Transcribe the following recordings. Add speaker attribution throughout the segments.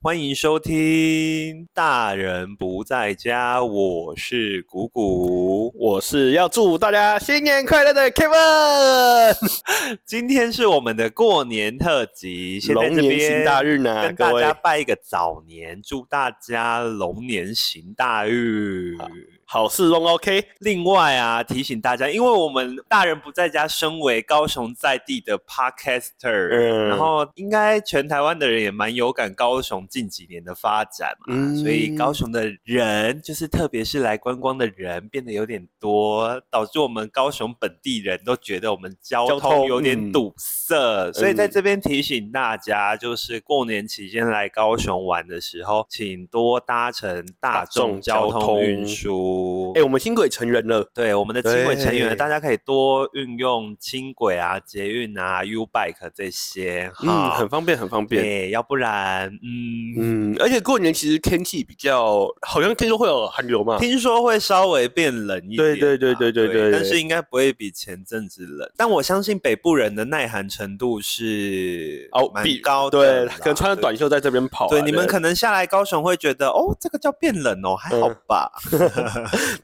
Speaker 1: 欢迎收听《大人不在家》，我是谷谷。
Speaker 2: 我是要祝大家新年快乐的 Kevin，
Speaker 1: 今天是我们的过年特辑，先在
Speaker 2: 龙
Speaker 1: 这
Speaker 2: 年
Speaker 1: 边
Speaker 2: 行大运啊，
Speaker 1: 跟
Speaker 2: 各
Speaker 1: 大
Speaker 2: 位
Speaker 1: 家拜一个早年，祝大家龙年行大运。
Speaker 2: 好事龙 OK，
Speaker 1: 另外啊，提醒大家，因为我们大人不在家，身为高雄在地的 podcaster，、
Speaker 2: 嗯，
Speaker 1: 然后应该全台湾的人也蛮有感高雄近几年的发展嘛，
Speaker 2: 嗯
Speaker 1: 所以高雄的人，就是特别是来观光的人变得有点多，导致我们高雄本地人都觉得我们交
Speaker 2: 交
Speaker 1: 通
Speaker 2: 通
Speaker 1: 有点
Speaker 2: 嗯
Speaker 1: 堵塞，所以在这边提醒大家，就是过年期间来高雄玩的时候，请多搭乘大
Speaker 2: 大众
Speaker 1: 众交
Speaker 2: 交通
Speaker 1: 通运输
Speaker 2: 哎、。我们新鬼成人了，
Speaker 1: 对我们的轻轨成员，
Speaker 2: 对
Speaker 1: 大家可以多运用轻轨啊、捷运啊、U Bike 这些，
Speaker 2: 嗯，
Speaker 1: 哈
Speaker 2: 很方便，很方便。
Speaker 1: 对，要不然，嗯，
Speaker 2: 嗯，而且过年其实天气比较，好像听说会有寒流嘛。
Speaker 1: 听说会稍微变冷一点啊、
Speaker 2: 对对对对对对
Speaker 1: 但是应该不会比前阵子冷。但我相信北部人的耐寒程度是
Speaker 2: 哦，
Speaker 1: 蛮
Speaker 2: 比
Speaker 1: 高的
Speaker 2: 对，
Speaker 1: 啦，
Speaker 2: 可能穿着短袖在这边跑啊、
Speaker 1: 对。对，你们可能下来高雄会觉得，哦，这个叫变冷哦，还好
Speaker 2: 嗯
Speaker 1: 吧。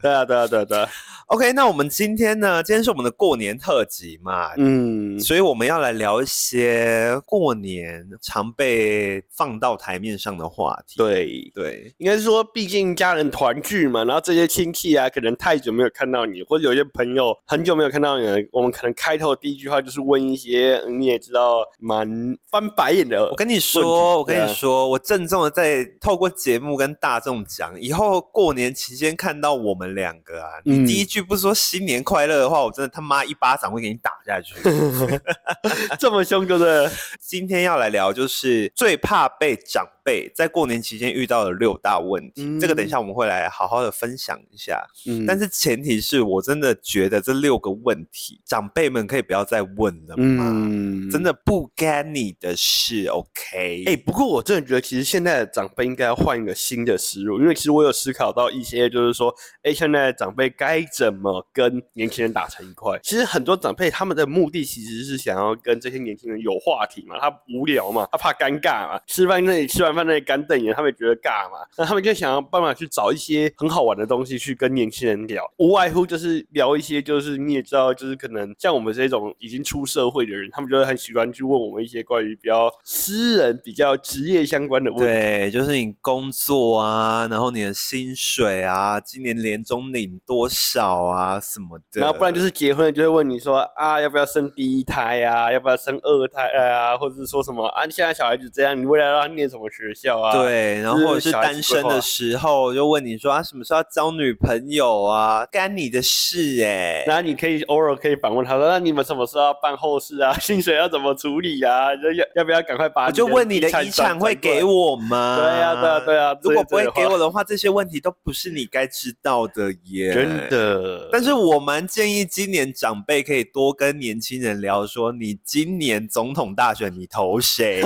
Speaker 2: 对啊，对啊，对啊，对啊，
Speaker 1: OK，那我们今天呢？今天是我们的过年特辑嘛，
Speaker 2: 嗯，
Speaker 1: 所以我们要来聊一些过年常被放到台面上的话题。
Speaker 2: 对，
Speaker 1: 对，
Speaker 2: 应该是说，毕竟家人团聚嘛，然后这些亲戚啊，可能太久没有看到你，或者有些朋友很久没有看到你了，我们可能开头第一句话就是问一些嗯你也知道蛮翻白眼的
Speaker 1: 我。跟你
Speaker 2: 问
Speaker 1: 说，
Speaker 2: 题
Speaker 1: 我跟
Speaker 2: 对
Speaker 1: 你
Speaker 2: 啊
Speaker 1: 说，我郑重的在透过节目跟大众讲，以后过年期间看到我们两个啊，你
Speaker 2: 嗯
Speaker 1: 第一句不说新年快乐的话，我真的他妈一巴掌会给你打下 去。
Speaker 2: 这么凶， 就是
Speaker 1: 今天要来聊就是最怕被长辈在过年期间遇到的六大问题，这个等一
Speaker 2: 嗯
Speaker 1: 下我们会来好好的分享一下。
Speaker 2: 嗯
Speaker 1: 但是前提是我真的觉得这六个问题，长辈们可以不要再问了嘛，
Speaker 2: 嗯
Speaker 1: 真的不干你的事，OK？
Speaker 2: 哎、不过我真的觉得，其实现在的长辈应该要换一个新的思路，因为其实我有思考到一些，就是说，哎、现在的长辈该怎么跟年轻人打成一块？其实很多长辈他们的目的其实是想要跟这些年轻人有话题嘛，他无聊嘛，他怕尴尬嘛，吃饭那里吃完饭那里干瞪眼，他们觉得尬嘛，那他们就想要办法去找一些很好玩的东西去跟年轻人聊，无外乎就是聊一些，就是你也知道，就是可能像我们这种已经出社会的人，他们就会很喜欢去问我们一些关于比较私人、比较职业相关的问题。
Speaker 1: 对，就是你工作啊，然后你的薪水啊，今年年终领多少啊什么的，
Speaker 2: 然后不然就是结婚了就会问你说啊，要不要生第一胎啊，要不要生二胎啊，或者是说什么啊，你现在小孩子这样，你未来让他念什么学校啊？，
Speaker 1: 对，然后
Speaker 2: 就
Speaker 1: 或者
Speaker 2: 是
Speaker 1: 是
Speaker 2: 小孩子
Speaker 1: 单
Speaker 2: 规
Speaker 1: 身的
Speaker 2: 划
Speaker 1: 时候就问你说啊，什么时候要交女朋友啊，干你的事哎、
Speaker 2: 然后你可以偶尔可以反问他说，那你们什么时候要办后事啊？薪水要怎么处理啊？要要不要赶快把
Speaker 1: 我就问你的
Speaker 2: 产
Speaker 1: 遗产
Speaker 2: 转
Speaker 1: 会
Speaker 2: 转过来
Speaker 1: 给我吗？
Speaker 2: 对呀、对呀、啊对呀、
Speaker 1: 如果不会给
Speaker 2: 我，
Speaker 1: 我的话，这些问题都不是你该知道的耶。
Speaker 2: 真。的，
Speaker 1: 但是我蛮建议今年长辈可以多跟年轻人聊，说你今年总统大选你投 谁？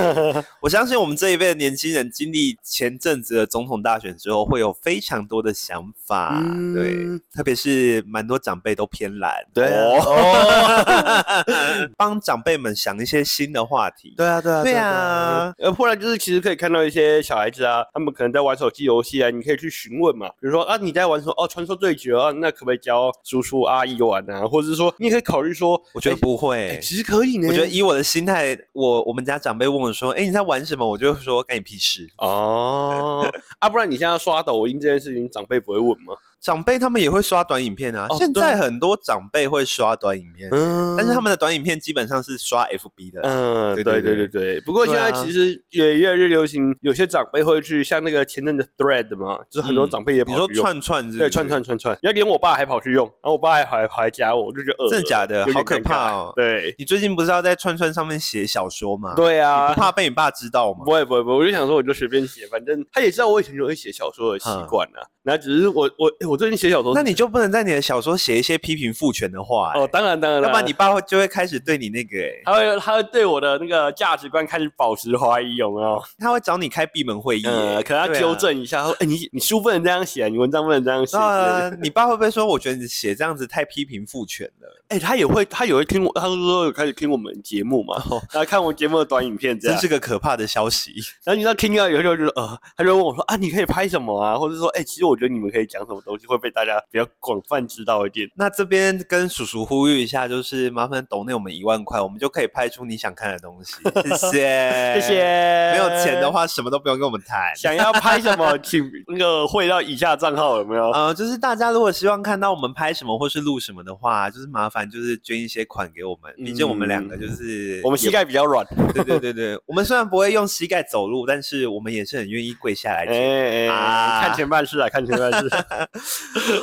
Speaker 1: 我相信我们这一辈的年轻人经历前阵子的总统大选之后，会有非常多的想法。啊对，
Speaker 2: 嗯
Speaker 1: 特别是蛮多长辈都偏蓝。
Speaker 2: 对啊
Speaker 1: 哦， 帮长辈们想一些新的话题。
Speaker 2: 对啊，对啊，
Speaker 1: 对
Speaker 2: 对
Speaker 1: 啊
Speaker 2: 啊，呃，不然就是其实可以看到一些小孩子啊，他们可能在玩手机游戏啊，你可以去询问嘛，比如说啊，你在玩什么？哦，传说对决啊，那可不可以教叔叔阿姨玩啊？或者是说，你也可以考虑说，
Speaker 1: 我觉得
Speaker 2: 哎
Speaker 1: 不会、
Speaker 2: 哎其实可以呢。
Speaker 1: 我觉得以我的心态，我我们家长辈问我说：“哎、你在玩什么？”我就会说：“干你屁事
Speaker 2: 哦，啊，不然你现在刷抖音这件事情，长辈不会问吗？！”
Speaker 1: 长辈他们也会刷短影片啊。
Speaker 2: 哦
Speaker 1: 现在
Speaker 2: 对
Speaker 1: 很多长辈会刷短影片，
Speaker 2: 嗯
Speaker 1: 但是他。们的短影片基本上是刷 FB 的。
Speaker 2: 嗯，
Speaker 1: 对对
Speaker 2: 对
Speaker 1: 对
Speaker 2: 对对对不过现
Speaker 1: 对啊
Speaker 2: 在其实也越来越流行，有些长辈会去像那个前阵子 Thread 嘛，就是很多
Speaker 1: 嗯
Speaker 2: 长辈也
Speaker 1: 你
Speaker 2: 跑
Speaker 1: 说
Speaker 2: 去用。
Speaker 1: 串串是不是
Speaker 2: 哦对，串，串串串，要连我爸还跑去用，然后我爸还还还加我，我就觉得呃
Speaker 1: 真的假的？
Speaker 2: 有点
Speaker 1: 好可
Speaker 2: 尴
Speaker 1: 怕
Speaker 2: 尬
Speaker 1: 哦！
Speaker 2: 对
Speaker 1: 你最近不是要在串串上面写小说吗？
Speaker 2: 对
Speaker 1: 你
Speaker 2: 啊
Speaker 1: 不，怕被你爸知道吗
Speaker 2: 不？会不会不会，我就想说我就随便写，反正他也知道我以前就会写小说的习惯啊。然后只是我我诶我我最近写小说，
Speaker 1: 那你就不能在你的小说写一些批评父权的话、欸，
Speaker 2: 哦，当然当然，
Speaker 1: 要不
Speaker 2: 当
Speaker 1: 然你爸会就会开始对你那个、 欸，
Speaker 2: 他会他会对我的那个价值观开始保持怀疑，有没有？
Speaker 1: 他会找你开闭门会议、欸
Speaker 2: 呃，可能要
Speaker 1: 对啊
Speaker 2: 纠正一下，说，哎、你你书不能这样写、啊，你文章不能这样写。
Speaker 1: 那呃
Speaker 2: 哎、
Speaker 1: 你爸会不会说？我觉得你写这样子太批评父权 了，
Speaker 2: 哎他也会，他也会听我，他说有开始听我们节目 嘛，然后看我节目的短影片这
Speaker 1: 真
Speaker 2: 样。
Speaker 1: 是个可怕的消息。
Speaker 2: 然后你知道听到以后就觉得，呃，他就问我说，啊，你可以拍什么啊？或者说，哎、其实我觉得你们可以讲什么东西会被大家比较广泛知道一点。
Speaker 1: 那这边跟叔叔呼吁一下，就是麻烦抖内我们一万块，我们就可以拍出你想看的东西。 谢谢，
Speaker 2: 谢。谢。
Speaker 1: 没有钱的，话，什么都不用跟我们谈。
Speaker 2: 想要拍什么，请那个汇到以下账号有 没有？
Speaker 1: 呃，就是大家如果希望看到我们拍什么或是录什么的话，就是麻烦就是捐一些款给我们，毕竟我们两个就是
Speaker 2: 嗯我们膝盖比较软，
Speaker 1: 也，对对对对，我们虽然不会用膝盖走路，但是我们也是很愿意跪 下来
Speaker 2: 哎
Speaker 1: 捐
Speaker 2: 哎
Speaker 1: 啊
Speaker 2: 哎，看钱办事啊，看钱办事。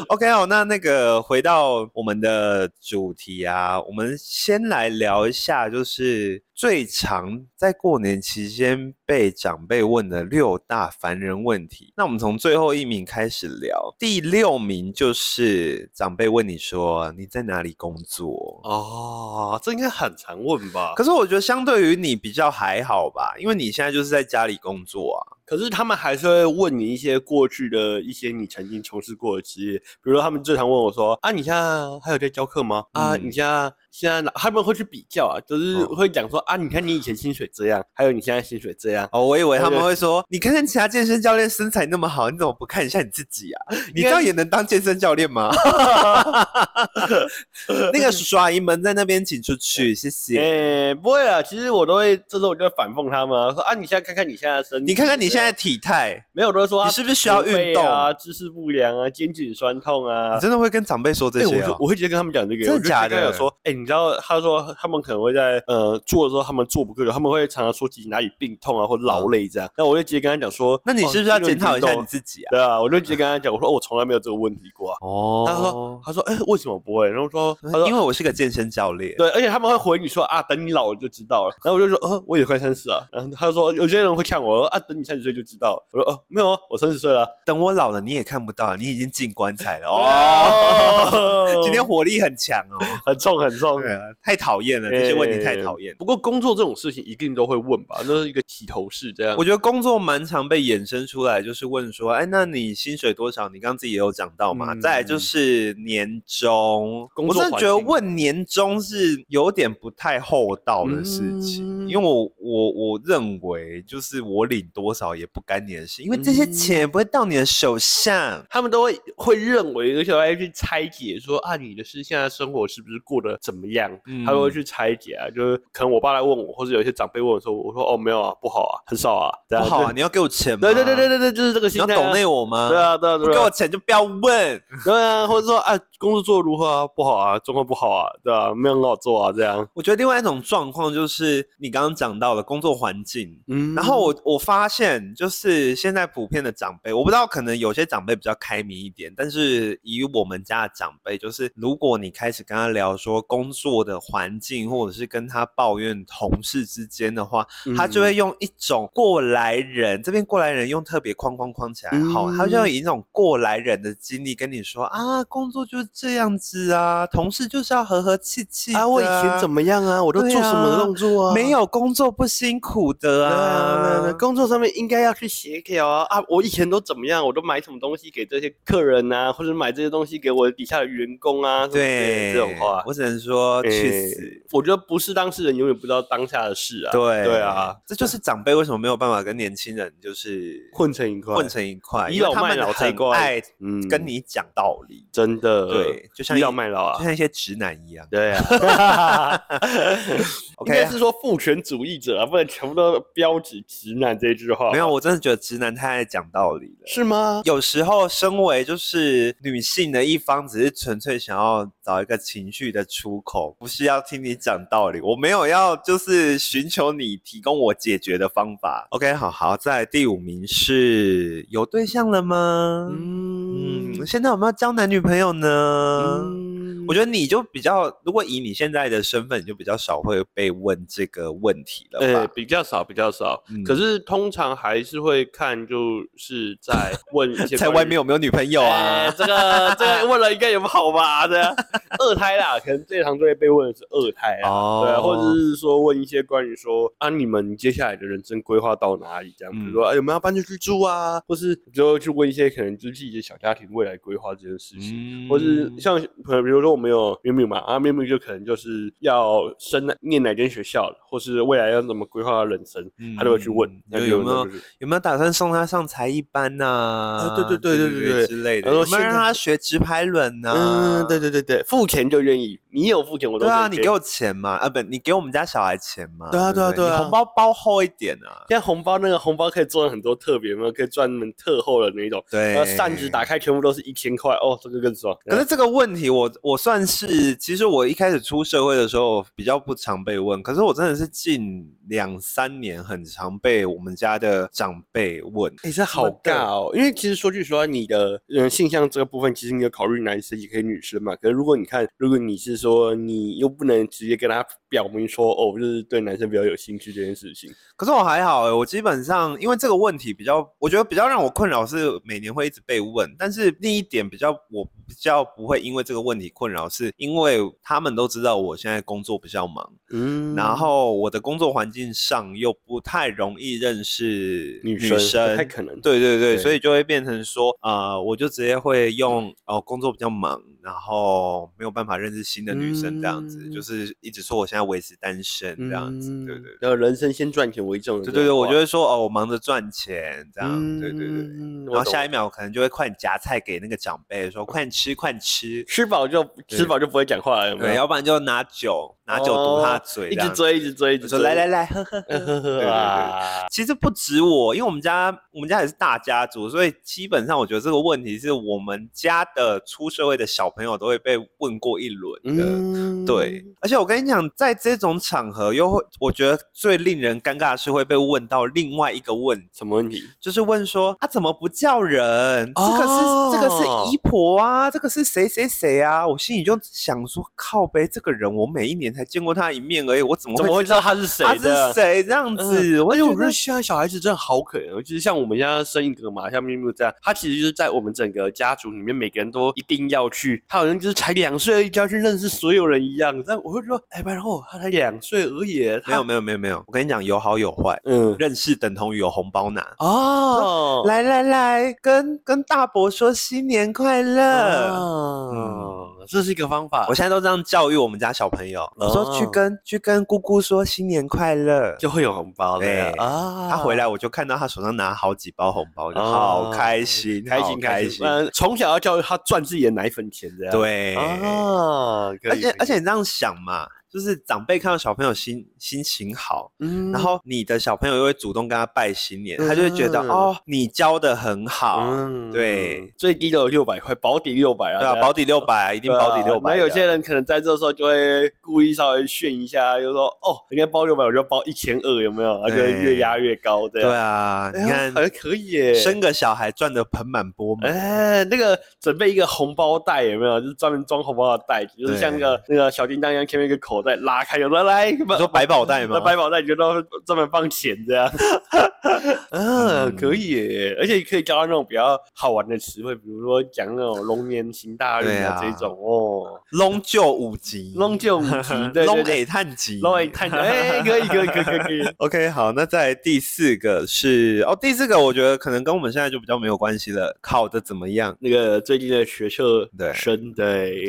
Speaker 1: OK 哦，那那个回到我们的主题啊，我们先来聊一下，就是最常在过年期间被长辈问的六大烦人问题。那我们从最后一名开始聊，第六名就是长辈问你说你在哪里工作。
Speaker 2: 哦，这应该很常问吧？
Speaker 1: 可
Speaker 2: 可
Speaker 1: 是我觉得相对于你比较还好吧，因为你现在就是在家里工作啊。
Speaker 2: 可是他们还是会问你一些过去的一些你曾经从事过的职业，比如说他们最常问我说：“啊，你现在还有在教课吗？啊，
Speaker 1: 嗯
Speaker 2: 你现在现在哪他们会去比较啊，就是
Speaker 1: 哦
Speaker 2: 会讲说、啊，你看你以前薪水这样，还有你现在薪水这样。”
Speaker 1: 哦，我以为他们
Speaker 2: 对
Speaker 1: 会说，你看看其他健身教练身材那么好，你怎么不看一下你自己 啊？你这样也能当健身教练吗？ 那个耍一门在那边请出去，谢谢。
Speaker 2: 哎、不会啊，其实我都会，这时候我就会反讽他们啊，说啊，你现在看看你现在的身体，
Speaker 1: 你
Speaker 2: 啊
Speaker 1: 看看你现在体态，
Speaker 2: 没有都会说、啊、
Speaker 1: 你是不是需要
Speaker 2: 驼背
Speaker 1: 运动
Speaker 2: 啊，姿势不良啊，肩颈酸 痛啊
Speaker 1: 你，真的会跟长辈说这
Speaker 2: 对，
Speaker 1: 些
Speaker 2: 哎我
Speaker 1: 哦
Speaker 2: 就我会直接跟他们讲这个，
Speaker 1: 真的
Speaker 2: 我就直接
Speaker 1: 假
Speaker 2: 跟他讲
Speaker 1: 的
Speaker 2: 说，哎、你知道，他说他们可能会在呃做的时候，他们做不够久，他们会常常说自己哪里病痛啊，或劳累这样。那、我就直接跟他讲说，
Speaker 1: 嗯那你
Speaker 2: 哦
Speaker 1: 是不是要
Speaker 2: 这个
Speaker 1: 检讨一下
Speaker 2: 运动
Speaker 1: 你自己啊？
Speaker 2: 对啊，我就直接跟他讲，我说、哦我从来没有这个问题过啊。他说
Speaker 1: 哦，
Speaker 2: 他说哎、为什么不会？然后说他
Speaker 1: 呃因
Speaker 2: 说。
Speaker 1: 为我是个健身教练。
Speaker 2: 对，而且他们会回你说啊，等你老了就知道了。然后我就说，呃，我也快三十啊。然后他说，有些人会呛我，啊，等你三十岁就知道了。我说，哦、没有啊，我三十岁了。
Speaker 1: 等我老了，你也看不到，你已经进棺材了哦。
Speaker 2: 哦
Speaker 1: 今天火力很强哦。
Speaker 2: 很重很重。
Speaker 1: 对啊，太讨厌了，这些问题太
Speaker 2: 欸
Speaker 1: 讨厌了。
Speaker 2: 不过工作这种事情一定都会问 吧，那是一个起头式这样。
Speaker 1: 我觉得工作蛮常被衍生出来，就是问说，哎，那你薪水多少？你刚刚自己也有讲到嘛。
Speaker 2: 嗯
Speaker 1: 再来就是年终，
Speaker 2: 工
Speaker 1: 我
Speaker 2: 作
Speaker 1: 真的
Speaker 2: 环
Speaker 1: 觉得
Speaker 2: 境啊
Speaker 1: 问年终是有点不太厚道的事情，
Speaker 2: 嗯
Speaker 1: 因为我我我认为就是我领多少也不干你的事，因为这些
Speaker 2: 嗯
Speaker 1: 钱也不会到你的手上。
Speaker 2: 他们都会会认为，而且还会去拆解说啊，你的是现在生活是不是过得怎么样？
Speaker 1: 嗯
Speaker 2: 他们会去拆解啊，就是可能我爸来问我，或者有一些长辈问我说，我说哦没有啊，不好啊，很少啊，这
Speaker 1: 不
Speaker 2: 样
Speaker 1: 好啊，
Speaker 2: 就
Speaker 1: 你要给我钱吗？
Speaker 2: 对对对对，对对，就是这个
Speaker 1: 你
Speaker 2: 心
Speaker 1: 要
Speaker 2: 态、
Speaker 1: 懂内
Speaker 2: 啊。
Speaker 1: 我吗？
Speaker 2: 对，啊，对啊，
Speaker 1: 不
Speaker 2: 对
Speaker 1: 给
Speaker 2: 啊
Speaker 1: 我，钱就不要问。
Speaker 2: 对啊，或者说啊，工作做得如何啊？不好啊，状况不好啊，对啊，没有很好做啊，这样。
Speaker 1: 我觉得另外一种状况就是你刚刚讲到的工作环境，
Speaker 2: 嗯
Speaker 1: 然后我我发现，就是现在普遍的长辈，我不知道，可能有些长辈比较开明一点，但是以我们家的长辈，就是如果你开始跟他聊说工作的环境，或者是跟他抱怨同事之间的话，他
Speaker 2: 嗯
Speaker 1: 就会用一种过来人这边过来人用特别框框框起来，好，他就
Speaker 2: 嗯
Speaker 1: 会以一种过来人的经历跟你说啊，工作就是这样子啊，同事就是要和和气气
Speaker 2: 啊，我以前怎
Speaker 1: 么、
Speaker 2: 么样啊？我都
Speaker 1: 对
Speaker 2: 做什么
Speaker 1: 啊
Speaker 2: 动作啊？
Speaker 1: 没有工作不辛苦的
Speaker 2: 对
Speaker 1: 啊，
Speaker 2: 啊，对啊工作上面应该要去协调啊啊！我以前都怎么样，我都买什么东西给这些客人啊，或者买这些东西给我底下的员工啊，什么之类
Speaker 1: 对，
Speaker 2: 的这种话，
Speaker 1: 我只能说去
Speaker 2: 诶
Speaker 1: 死。！
Speaker 2: 我觉得不是当事人永远不知道当下的事啊，
Speaker 1: 对
Speaker 2: 对啊，，
Speaker 1: 这就是长辈为什么没有办法跟年轻人就是
Speaker 2: 混成一块，
Speaker 1: 混成一块，
Speaker 2: 倚
Speaker 1: 因为
Speaker 2: 老
Speaker 1: 他
Speaker 2: 卖
Speaker 1: 们
Speaker 2: 老这一
Speaker 1: 很
Speaker 2: 块
Speaker 1: 爱
Speaker 2: 嗯
Speaker 1: 跟你讲道理，
Speaker 2: 真的
Speaker 1: 对就像
Speaker 2: 倚
Speaker 1: 一
Speaker 2: 老卖老
Speaker 1: 就
Speaker 2: 啊，
Speaker 1: 像一些直男一样。
Speaker 2: 对啊。应
Speaker 1: OK，
Speaker 2: 该
Speaker 1: 啊
Speaker 2: 是说父权主义者啊，不能全部都标指直男这一句 话。
Speaker 1: 没有，我真的觉得直男太爱讲道理了。
Speaker 2: 是吗？
Speaker 1: 有时候，身为就是女性的一方，只是纯粹想要找一个情绪的出口，不是要听你讲道理。我没有要就是寻求你提供我解决的方法。OK，好好，再来第五名是有对象了吗？嗯
Speaker 2: 嗯
Speaker 1: 现在有没有交男女朋友呢？
Speaker 2: 嗯
Speaker 1: 我觉得你就比较，如果以你现在的身份，你就比较少会被问这个问题了
Speaker 2: 呃，
Speaker 1: 吧？
Speaker 2: 比较少，比较少。
Speaker 1: 嗯
Speaker 2: 可是通常还是会看，就是 在问一些
Speaker 1: 在
Speaker 2: 关于
Speaker 1: 外面有没有女朋友
Speaker 2: 哎
Speaker 1: 啊？
Speaker 2: 这个这个问了应该也不好吧？对啊，二胎啦，可能最常最被问的是二胎啊，
Speaker 1: 哦
Speaker 2: 对啊，或者是说问一些关于说啊，你们接下来的人生规划到哪里？这样，比
Speaker 1: 嗯
Speaker 2: 如说、啊、有没有要搬出去住啊，或是就去问一些可能就是自己的小家庭未来规划这件事情。
Speaker 1: 嗯
Speaker 2: 或是像呃，比如说我们有明明嘛，啊明明就可能就是要升哪念哪间学校了，或是未来要怎么规划人生，他都会去问
Speaker 1: 嗯，
Speaker 2: 那
Speaker 1: 有
Speaker 2: 就
Speaker 1: 有没有
Speaker 2: 就是
Speaker 1: 有没有打算送他上才艺班呐？
Speaker 2: 啊对对对对对对
Speaker 1: 之类的，
Speaker 2: 然后
Speaker 1: 有没有
Speaker 2: 现
Speaker 1: 让
Speaker 2: 在
Speaker 1: 他学直排轮呐？
Speaker 2: 嗯，对对对对，付钱就愿意，你有付钱我都
Speaker 1: 对啊，
Speaker 2: 愿意
Speaker 1: 你给我钱嘛？啊，不，你给我们家小孩钱嘛？
Speaker 2: 对啊
Speaker 1: 对
Speaker 2: 对啊
Speaker 1: 不对
Speaker 2: 对啊
Speaker 1: 你红包包厚一点啊。
Speaker 2: 现在红包那个红包可以做很多特别，有没有可以专门特厚的那一种，
Speaker 1: 对，
Speaker 2: 然后扇子打开全部都是一千块，哦，这个更爽。
Speaker 1: 可是这个问题我，我算是，其实我一开始出社会的时候比较不常被问，可是我真的是近两三年很常被我们家的长辈问。
Speaker 2: 你这好尬哦，因为其实说句实话，你的嗯性向这个部分，其实你有考虑男生也可以女生嘛。可是如果你看，如果你是说你又不能直接跟他表明说哦，就是对男生比较有兴趣这件事情，
Speaker 1: 可是我还好、欸，我基本上因为这个问题比较，我觉得比较让我困扰是每年会一直被问，但是另一点比较我比较不会因为这个问题困扰，是因为他们都知道我现在工作比较忙，
Speaker 2: 嗯
Speaker 1: 然后我的工作环境上又不太容易认识
Speaker 2: 女
Speaker 1: 生，
Speaker 2: 生不太可能，
Speaker 1: 对对对，
Speaker 2: 对
Speaker 1: 所以就会变成说，呃，我就直接会用哦、工作比较忙，然后没有办法认识新的女生这样子，
Speaker 2: 嗯
Speaker 1: 就是一直说我现在维持单身这样子，对对
Speaker 2: 嗯然后人生先赚钱为重。
Speaker 1: 对对对，我就会说哦，我忙着赚钱这样，对对对。
Speaker 2: 对
Speaker 1: 然后下一秒我可能就会快点夹菜给那个长辈，
Speaker 2: 嗯
Speaker 1: 说快点吃，快点吃。
Speaker 2: 吃饱就吃饱就不会讲话了，有没
Speaker 1: 对，
Speaker 2: 有？
Speaker 1: 要不然就拿酒，拿酒堵他的嘴，
Speaker 2: 嗯哦一
Speaker 1: 这
Speaker 2: 直
Speaker 1: 样
Speaker 2: 追，一直追，一
Speaker 1: 我
Speaker 2: 直
Speaker 1: 说
Speaker 2: 追，
Speaker 1: 来来来，喝喝
Speaker 2: 呵
Speaker 1: 喝。
Speaker 2: 呵
Speaker 1: 对对
Speaker 2: 呵
Speaker 1: 对
Speaker 2: 啊！
Speaker 1: 其实不止我，因为我们家我们家也是大家族，所以基本上我觉得这个问题是我们家的出社会的小朋友都会被问过一轮的。
Speaker 2: 嗯，
Speaker 1: 对，而且我跟你讲，在这种场合，又会我觉得最令人尴尬的是会被问到另外一个问
Speaker 2: 什么问题？
Speaker 1: 就是问说啊，怎么不叫人？这个是、这个
Speaker 2: 哦
Speaker 1: 是姨婆啊，这个是谁谁谁啊？我心里就想说，靠呗，这个人我每一年才见过他一面而已，我怎么
Speaker 2: 怎么
Speaker 1: 会
Speaker 2: 会知道他是谁
Speaker 1: 他
Speaker 2: 的
Speaker 1: 是？谁这样子？
Speaker 2: 嗯
Speaker 1: 我
Speaker 2: 而且
Speaker 1: 就
Speaker 2: 我
Speaker 1: 觉
Speaker 2: 觉得
Speaker 1: 得
Speaker 2: 现在小孩子真的好可怜哦，就是像我们家生一个嘛，像咪咪这样，他其实就是在我们整个家族里面，每个人都一定要去，他好像就是才两岁而已就要去认识所有人一样。但我会说，哎，然后他才两岁而已，
Speaker 1: 没有没有没有没有，我跟你讲，有好有坏，
Speaker 2: 他，嗯，
Speaker 1: 认识等同于有红包拿。
Speaker 2: 哦，
Speaker 1: 来来来，跟跟大伯说新年快乐。
Speaker 2: 哦，这是一个方法
Speaker 1: 我，现在都这样教育我们家小朋友，我说去
Speaker 2: 哦
Speaker 1: 跟去跟姑姑说新年快乐，
Speaker 2: 就会有红包的
Speaker 1: 对
Speaker 2: 啊。
Speaker 1: 他回来我就看到他手上拿好几包红包，我就
Speaker 2: 哦
Speaker 1: 好开心，
Speaker 2: 开
Speaker 1: 好
Speaker 2: 心
Speaker 1: 开心。
Speaker 2: 嗯，从小要教他赚自己的奶粉钱这样。
Speaker 1: 对，
Speaker 2: 啊，可
Speaker 1: 而
Speaker 2: 以
Speaker 1: 且
Speaker 2: 可以
Speaker 1: 而且你这样想嘛，就是长辈看到小朋友心心情好。
Speaker 2: 嗯
Speaker 1: 然后你的小朋友又会主动跟他拜新年，他就会觉得
Speaker 2: 嗯
Speaker 1: 哦，你教的很好，
Speaker 2: 嗯
Speaker 1: 对，
Speaker 2: 最低的六百块，保底六百啊，
Speaker 1: 对啊，
Speaker 2: 大家
Speaker 1: 保底六百，一定
Speaker 2: 对啊
Speaker 1: 保底六百
Speaker 2: 那
Speaker 1: 的。
Speaker 2: 有些人可能在这时候就会故意稍微炫一下，就说哦，人家包六百，我就包一千二，有没有？啊就会越压越高，对
Speaker 1: 对啊，
Speaker 2: 哎
Speaker 1: 你看
Speaker 2: 好像可以耶，
Speaker 1: 生个小孩赚的盆满钵满，
Speaker 2: 哎，那个准备一个红包袋有没有？就是专门装红包的袋子，就是
Speaker 1: 对
Speaker 2: 像那个那个小叮当一样，前面一个口袋拉开，有没有来？你
Speaker 1: 你说百宝袋
Speaker 2: 嗯那
Speaker 1: 吗？
Speaker 2: 百宝袋你就都专门放钱 这样。嗯，
Speaker 1: 嗯
Speaker 2: 可以耶，而且可以教到那种比较好玩的词汇，比如说讲那种龙年行大运
Speaker 1: 对
Speaker 2: 啊
Speaker 1: 啊
Speaker 2: 这种哦，
Speaker 1: 龙就五级，
Speaker 2: 龙就五级， 对
Speaker 1: 龙
Speaker 2: 对对，
Speaker 1: A 探级，
Speaker 2: 龙尾探长，哎，可以可以可以可以可以，
Speaker 1: OK，好，那再来第四个是哦，第四个我觉得可能跟我们现在就比较没有关系了，考的怎么样？
Speaker 2: 那个最近的学测
Speaker 1: 对
Speaker 2: 生，对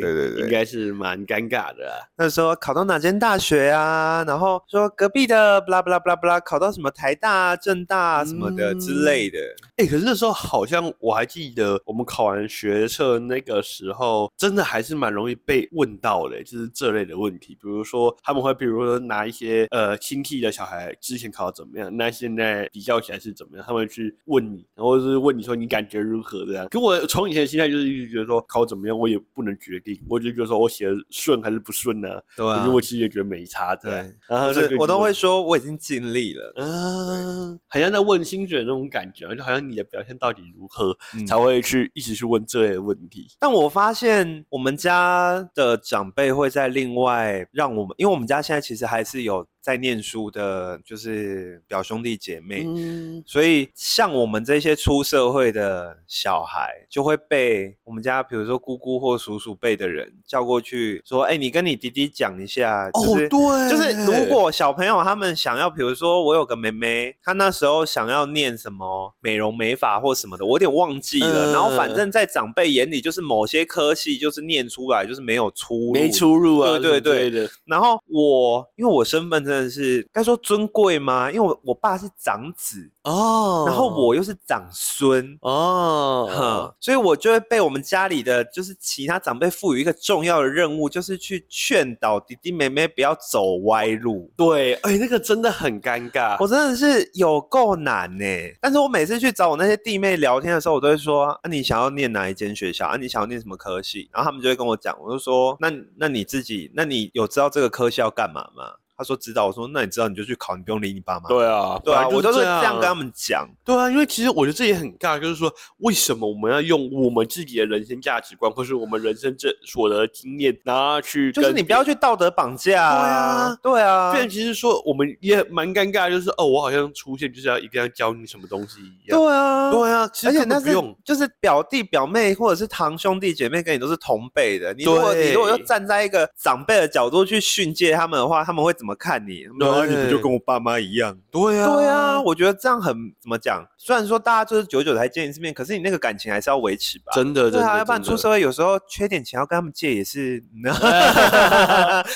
Speaker 1: 对对对
Speaker 2: 应该是蛮尴尬的啊。
Speaker 1: 那说考到哪间大学啊？然后说隔壁的布拉布拉布拉布拉考到什么台大啊、政大啊什么的之类的。
Speaker 2: 哎、可是那时候好像我还记得，我们考完学测那个时候，真的还是蛮容易被问到的，就是这类的问题。比如说，他们会比如说拿一些呃亲戚的小孩之前考得怎么样，那现在比较起来是怎么样，他们去问你，然后是问你说你感觉如何这样。可我从以前的心态就是一直觉得说考怎么样我也不能决定，我就觉得说我写的顺还是不顺呢、
Speaker 1: 对啊，
Speaker 2: 我就我其实也觉得没差的。
Speaker 1: 对，
Speaker 2: 然后
Speaker 1: 就是
Speaker 2: 这个
Speaker 1: 我都
Speaker 2: 就
Speaker 1: 会说我已经尽力了，
Speaker 2: 嗯，好像在问薪水那种感觉，就好像你的表现到底如何，
Speaker 1: 嗯
Speaker 2: 才会去一直去问这类的问题。
Speaker 1: 但我发现我们家的长辈会在另外让我们，因为我们家现在其实还是有在念书的，就是表兄弟姐妹，
Speaker 2: 嗯，
Speaker 1: 所以像我们这些出社会的小孩，就会被我们家比如说姑姑或叔叔辈的人叫过去说：“哎、你跟你弟弟讲一下。”就
Speaker 2: 哦，
Speaker 1: 是
Speaker 2: 对，
Speaker 1: 就是如果小朋友他们想要，比如说我有个妹妹，她那时候想要念什么美容美发或什么的，我有点忘记了。
Speaker 2: 嗯
Speaker 1: 然后反正，在长辈眼里，就是某些科系就是念出来就是没有出路。
Speaker 2: 没。出入啊，
Speaker 1: 对对
Speaker 2: 对的，
Speaker 1: 然后我因为我身份真的是该说尊贵吗？因为我我爸是长子，
Speaker 2: 哦，
Speaker 1: 然后我又是长孙。
Speaker 2: 哦
Speaker 1: 哼，，所以我就会被我们家里的就是其他长辈赋予一个重要的任务，就是去劝导弟弟妹妹不要走歪路。
Speaker 2: 对，哎，那个真的很尴尬。
Speaker 1: 我真的是有够难呢、但是我每次去找我那些弟妹聊天的时候，我都会说：“啊，你想要念哪一间学校？啊，你想要念什么科系？”然后他们就会跟我讲，我就说：“那那你自己，那你有知道这个科系要干嘛吗？”他说：“知道。”我说：“那你知道你就去考，你不用理你爸妈。”
Speaker 2: 对啊，
Speaker 1: 对啊，
Speaker 2: 本来
Speaker 1: 我就是是
Speaker 2: 这
Speaker 1: 这样跟他们讲。
Speaker 2: 对啊，因为其实我觉得这也很尬，就是说，为什么我们要用我们自己的人生价值观，或是我们人生这所得的经验，然后去
Speaker 1: 就是
Speaker 2: 跟
Speaker 1: 你不要去道德绑架啊！对啊，对
Speaker 2: 别人
Speaker 1: 啊，
Speaker 2: 其实说我们也蛮尴尬，就是哦，我好像出现就是要一定要教你什么东西一样。
Speaker 1: 对啊，
Speaker 2: 对啊，其
Speaker 1: 而
Speaker 2: 实
Speaker 1: 且
Speaker 2: 根
Speaker 1: 那
Speaker 2: 本不
Speaker 1: 是
Speaker 2: 用。
Speaker 1: 就是表弟表妹或者是堂兄弟姐妹跟你都是同辈的，你如果你如果要
Speaker 2: 对
Speaker 1: 站在一个长辈的角度去训诫他们的话，他们会怎么看你？他们说啊
Speaker 2: 对
Speaker 1: 我爸妈一样？
Speaker 2: 对啊，
Speaker 1: 对啊，，我觉得这样很怎么讲？虽然说大家就是久久才见一次面，可是你那个感情还是要维持吧。
Speaker 2: 真的，真
Speaker 1: 对
Speaker 2: 的，
Speaker 1: 啊，要不然
Speaker 2: 真
Speaker 1: 出
Speaker 2: 的
Speaker 1: 社会有时候缺点钱要跟他们借也 是，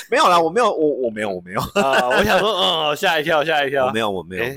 Speaker 1: 没有啦，我没有，我我没有，我没有，
Speaker 2: 啊！我想说，嗯，吓一跳，吓一
Speaker 1: 我
Speaker 2: 跳
Speaker 1: 没。有，我 没有。
Speaker 2: 哎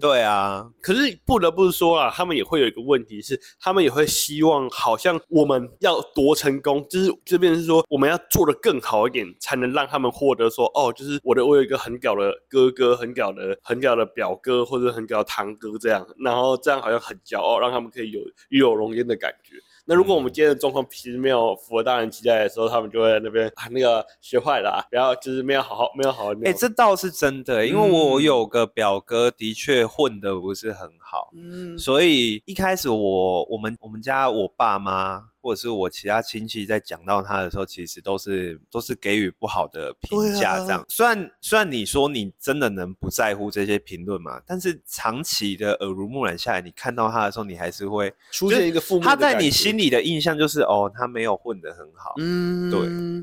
Speaker 1: 对啊，
Speaker 2: 可是不得不说啊，他们也会有一个问题是，他们也会希望好像我们要多成功，就是这边是说我们要做的更好一点，才能让他们获得说哦，就是我的我有一个很屌的哥哥，很屌的很屌的表哥，或者很屌的堂哥这样，然后这样好像很骄傲，让他们可以有与有荣焉的感觉。那如果
Speaker 1: 嗯
Speaker 2: 我们今天的状况其实没有符合大人期待的时候，他们就会在那边啊那个学坏了、啊，然后就是没有好好没有好好
Speaker 1: 哎、
Speaker 2: 念。
Speaker 1: 这倒是真的、因为我
Speaker 2: 嗯
Speaker 1: 有个表哥的确混的不是很好，
Speaker 2: 嗯
Speaker 1: 所以一开始我我们我们家我爸妈或者是我其他亲戚在讲到他的时候，其实都是都是给予不好的评
Speaker 2: 对
Speaker 1: 价。
Speaker 2: 啊
Speaker 1: 这样，虽然虽然你说你真的能不在乎这些评论嘛，但是长期的耳濡目染下来，你看到他的时候，你还是会
Speaker 2: 出
Speaker 1: 就是
Speaker 2: 现一个负面的
Speaker 1: 他
Speaker 2: 感觉，
Speaker 1: 在你心里的印象就是哦，他没有混得很好。
Speaker 2: 嗯，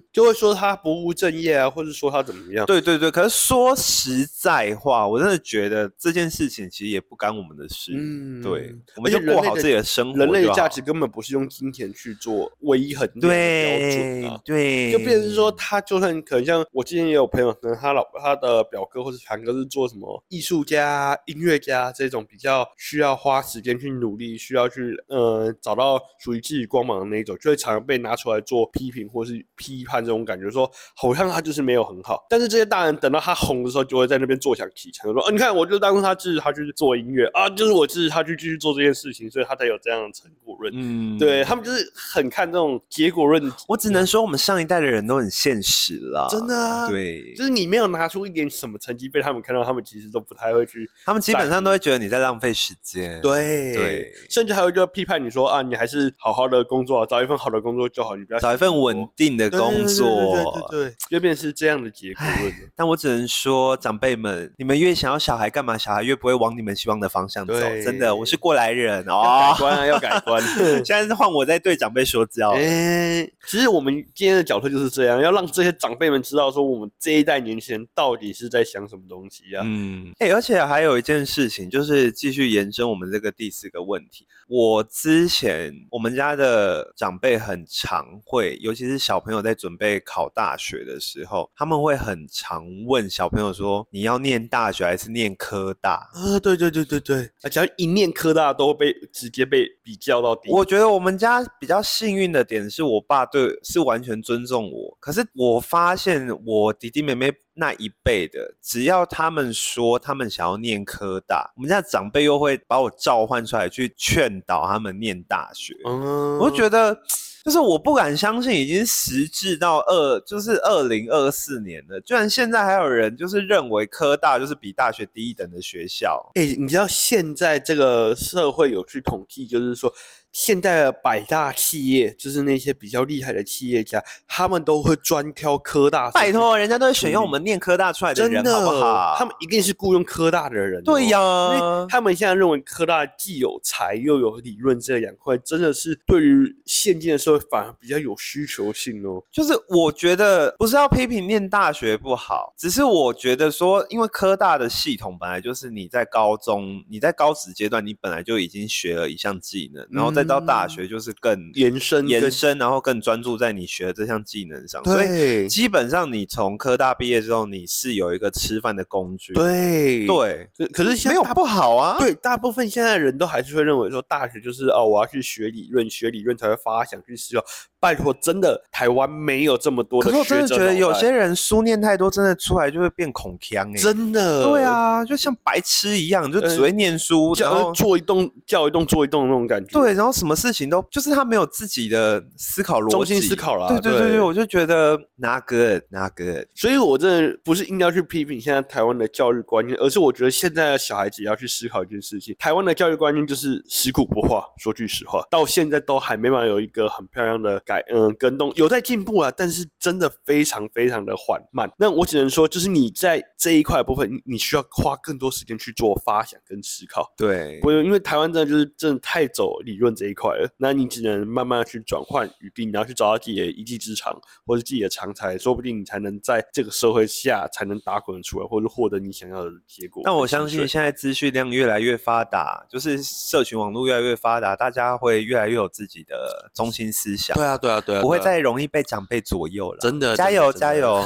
Speaker 2: 对，就会说他不务正业啊，或者说他怎么样。
Speaker 1: 对对对，可是说实在话，我真的觉得这件事情其实也不干我们的事。
Speaker 2: 嗯
Speaker 1: 对，我
Speaker 2: 而
Speaker 1: 们
Speaker 2: 且
Speaker 1: 就
Speaker 2: 人
Speaker 1: 过
Speaker 2: 类
Speaker 1: 好自己的生活
Speaker 2: 人类
Speaker 1: 就
Speaker 2: 的价
Speaker 1: 好
Speaker 2: 值根本不是用金钱去做唯一衡量的标
Speaker 1: 对
Speaker 2: 准啊。
Speaker 1: 对，
Speaker 2: 就变成说，他就算可能像我之前也有朋友，可能他老他的表哥或者堂哥是做什么艺术家啊、音乐家啊这种比较需要花时间去努力，需要去呃找到属于自己光芒的那一种，就会常常被拿出来做批评或是批判这种感觉，说好像他就是没有很好。但是这些大人等到他红的时候，就会在那边坐享其成，说啊你看我就当初他支持他去做音乐啊，就是我支持他去继续做这件事情，所以他才有这样的成果论。
Speaker 1: 嗯啊
Speaker 2: 对他们就是很看这种结果论，
Speaker 1: 我只能说，我们上一代的人都很现实啦，
Speaker 2: 真的啊
Speaker 1: 对
Speaker 2: 就，是你没有拿出一点什么成绩被他们看到，他们其实都不太会去
Speaker 1: 他们基本上都会觉得你在浪费时间。，
Speaker 2: 对
Speaker 1: 对
Speaker 2: 甚至还会就批判你说啊，你还是好好的工作，啊找一份好的工作就好，你不要
Speaker 1: 找一份稳定的
Speaker 2: 对
Speaker 1: 工
Speaker 2: 对对
Speaker 1: 作。
Speaker 2: 对对对，就变成是这样的结果论了。
Speaker 1: 但我只能说，长辈们，你们越想要小孩干嘛，小孩越不会往你们希望的方向走。真的，我是过来 人
Speaker 2: 要
Speaker 1: 哦
Speaker 2: 改。观啊，要改 观。
Speaker 1: 现在是换我在对长辈说教。
Speaker 2: 哎、其实我们今天的角色就是这样，要让这些长辈们知道说，我们这一代年轻人到底是在想什么东西啊。
Speaker 1: 嗯，哎、而且还有一件事情，就是继续延伸我们这个第四个问题。我之前我们家的长辈很常会，尤其是小朋友在准备考大学的时候，他们会很常问小朋友说：“你要念大学还是念科大
Speaker 2: 啊，对对对对对，啊，只要一念科大都会被直接被比较到？”底。
Speaker 1: 我觉得我们家比较幸运的点是我爸对是完全尊重我，可是我发现我弟弟妹妹那一辈的，只要他们说他们想要念科大，我们家长辈又会把我召唤出来去劝导他们念大学。
Speaker 2: 嗯，
Speaker 1: 我就觉
Speaker 2: 得
Speaker 1: 得，就是我不敢相信，已经时至到二，就是二零二四年了，居然现在还有人就是认为科大就是比大学低一等的学 校。
Speaker 2: 哎、你知道现在这个社会有去统计，就是说现在的百大企业，就是那些比较厉害的企业家，他们都会专挑科大，
Speaker 1: 拜，托，人家都是选用我们念科大出来的
Speaker 2: 嗯真
Speaker 1: 人，
Speaker 2: 的，
Speaker 1: 好不好？
Speaker 2: 他们一定是雇佣科大的人、哦
Speaker 1: 对、呀、
Speaker 2: 因为他们现在认为科大既有才又有理论这两块，真的是对于现今的社会反而比较有需求性哦。
Speaker 1: 就是我觉得不是要批评念大学不好，只是我觉得说，因为科大的系统本来就是你在高中、你在高职阶段，你本来就已经学了一项技能，然后再到大学就是嗯更
Speaker 2: 延伸
Speaker 1: 延
Speaker 2: 跟
Speaker 1: 伸，然后更专注在你学的这项技能上。所以
Speaker 2: 对
Speaker 1: 基本上你从科大毕业之后，你是有一个吃饭的工具。
Speaker 2: 对，
Speaker 1: 对，
Speaker 2: 可可是现在
Speaker 1: 没有
Speaker 2: 大
Speaker 1: 不好啊。
Speaker 2: 对，大部分现在人都还是会认为说，大学就是哦，我要去学理论，学理论才会发想去思考。拜托，真的，台湾没有这么多
Speaker 1: 可
Speaker 2: 的
Speaker 1: 是我真
Speaker 2: 学
Speaker 1: 的
Speaker 2: 者
Speaker 1: 觉得
Speaker 2: 脑
Speaker 1: 有
Speaker 2: 袋
Speaker 1: 些人书念太多，真的出来就会变恐腔哎、
Speaker 2: 真的，
Speaker 1: 对，啊，就像白痴一样，就
Speaker 2: 呃
Speaker 1: 只会念书，然
Speaker 2: 叫
Speaker 1: 后
Speaker 2: 做一动，叫一动，做一动那种感觉。
Speaker 1: 对，然后什么事情都就是他没有自己的思考逻辑，
Speaker 2: 中心思考啦
Speaker 1: 对对对
Speaker 2: 对
Speaker 1: 对，我就觉得 not good not good。
Speaker 2: 所以我真的不是硬要去批评现在台湾的教育观念，而是我觉得现在的小孩子也要去思考一件事情：台湾的教育观念就是食古不化。说句实话，到现在都还没办法有一个很漂亮的改，嗯，跟动有在进步啊，但是真的非常非常的缓慢。那我只能说，就是你在这一块的部分，你你需要花更多时间去做发想跟思考。
Speaker 1: 对，
Speaker 2: 不，因为台湾真的就是真的太走理论这一块了，那你只能慢慢地去转换语境，然后去找到自己的一技之长或者自己的长才，说不定你才能在这个社会下才能打滚出来，或者获得你想要的结果。
Speaker 1: 那我相信，现在资讯量越来越发达，就是社群网络越来越发达，大家会越来越有自己的中心思想，
Speaker 2: 啊，对啊，对
Speaker 1: 不会再容易被长辈左右了。
Speaker 2: 真的
Speaker 1: 加油加油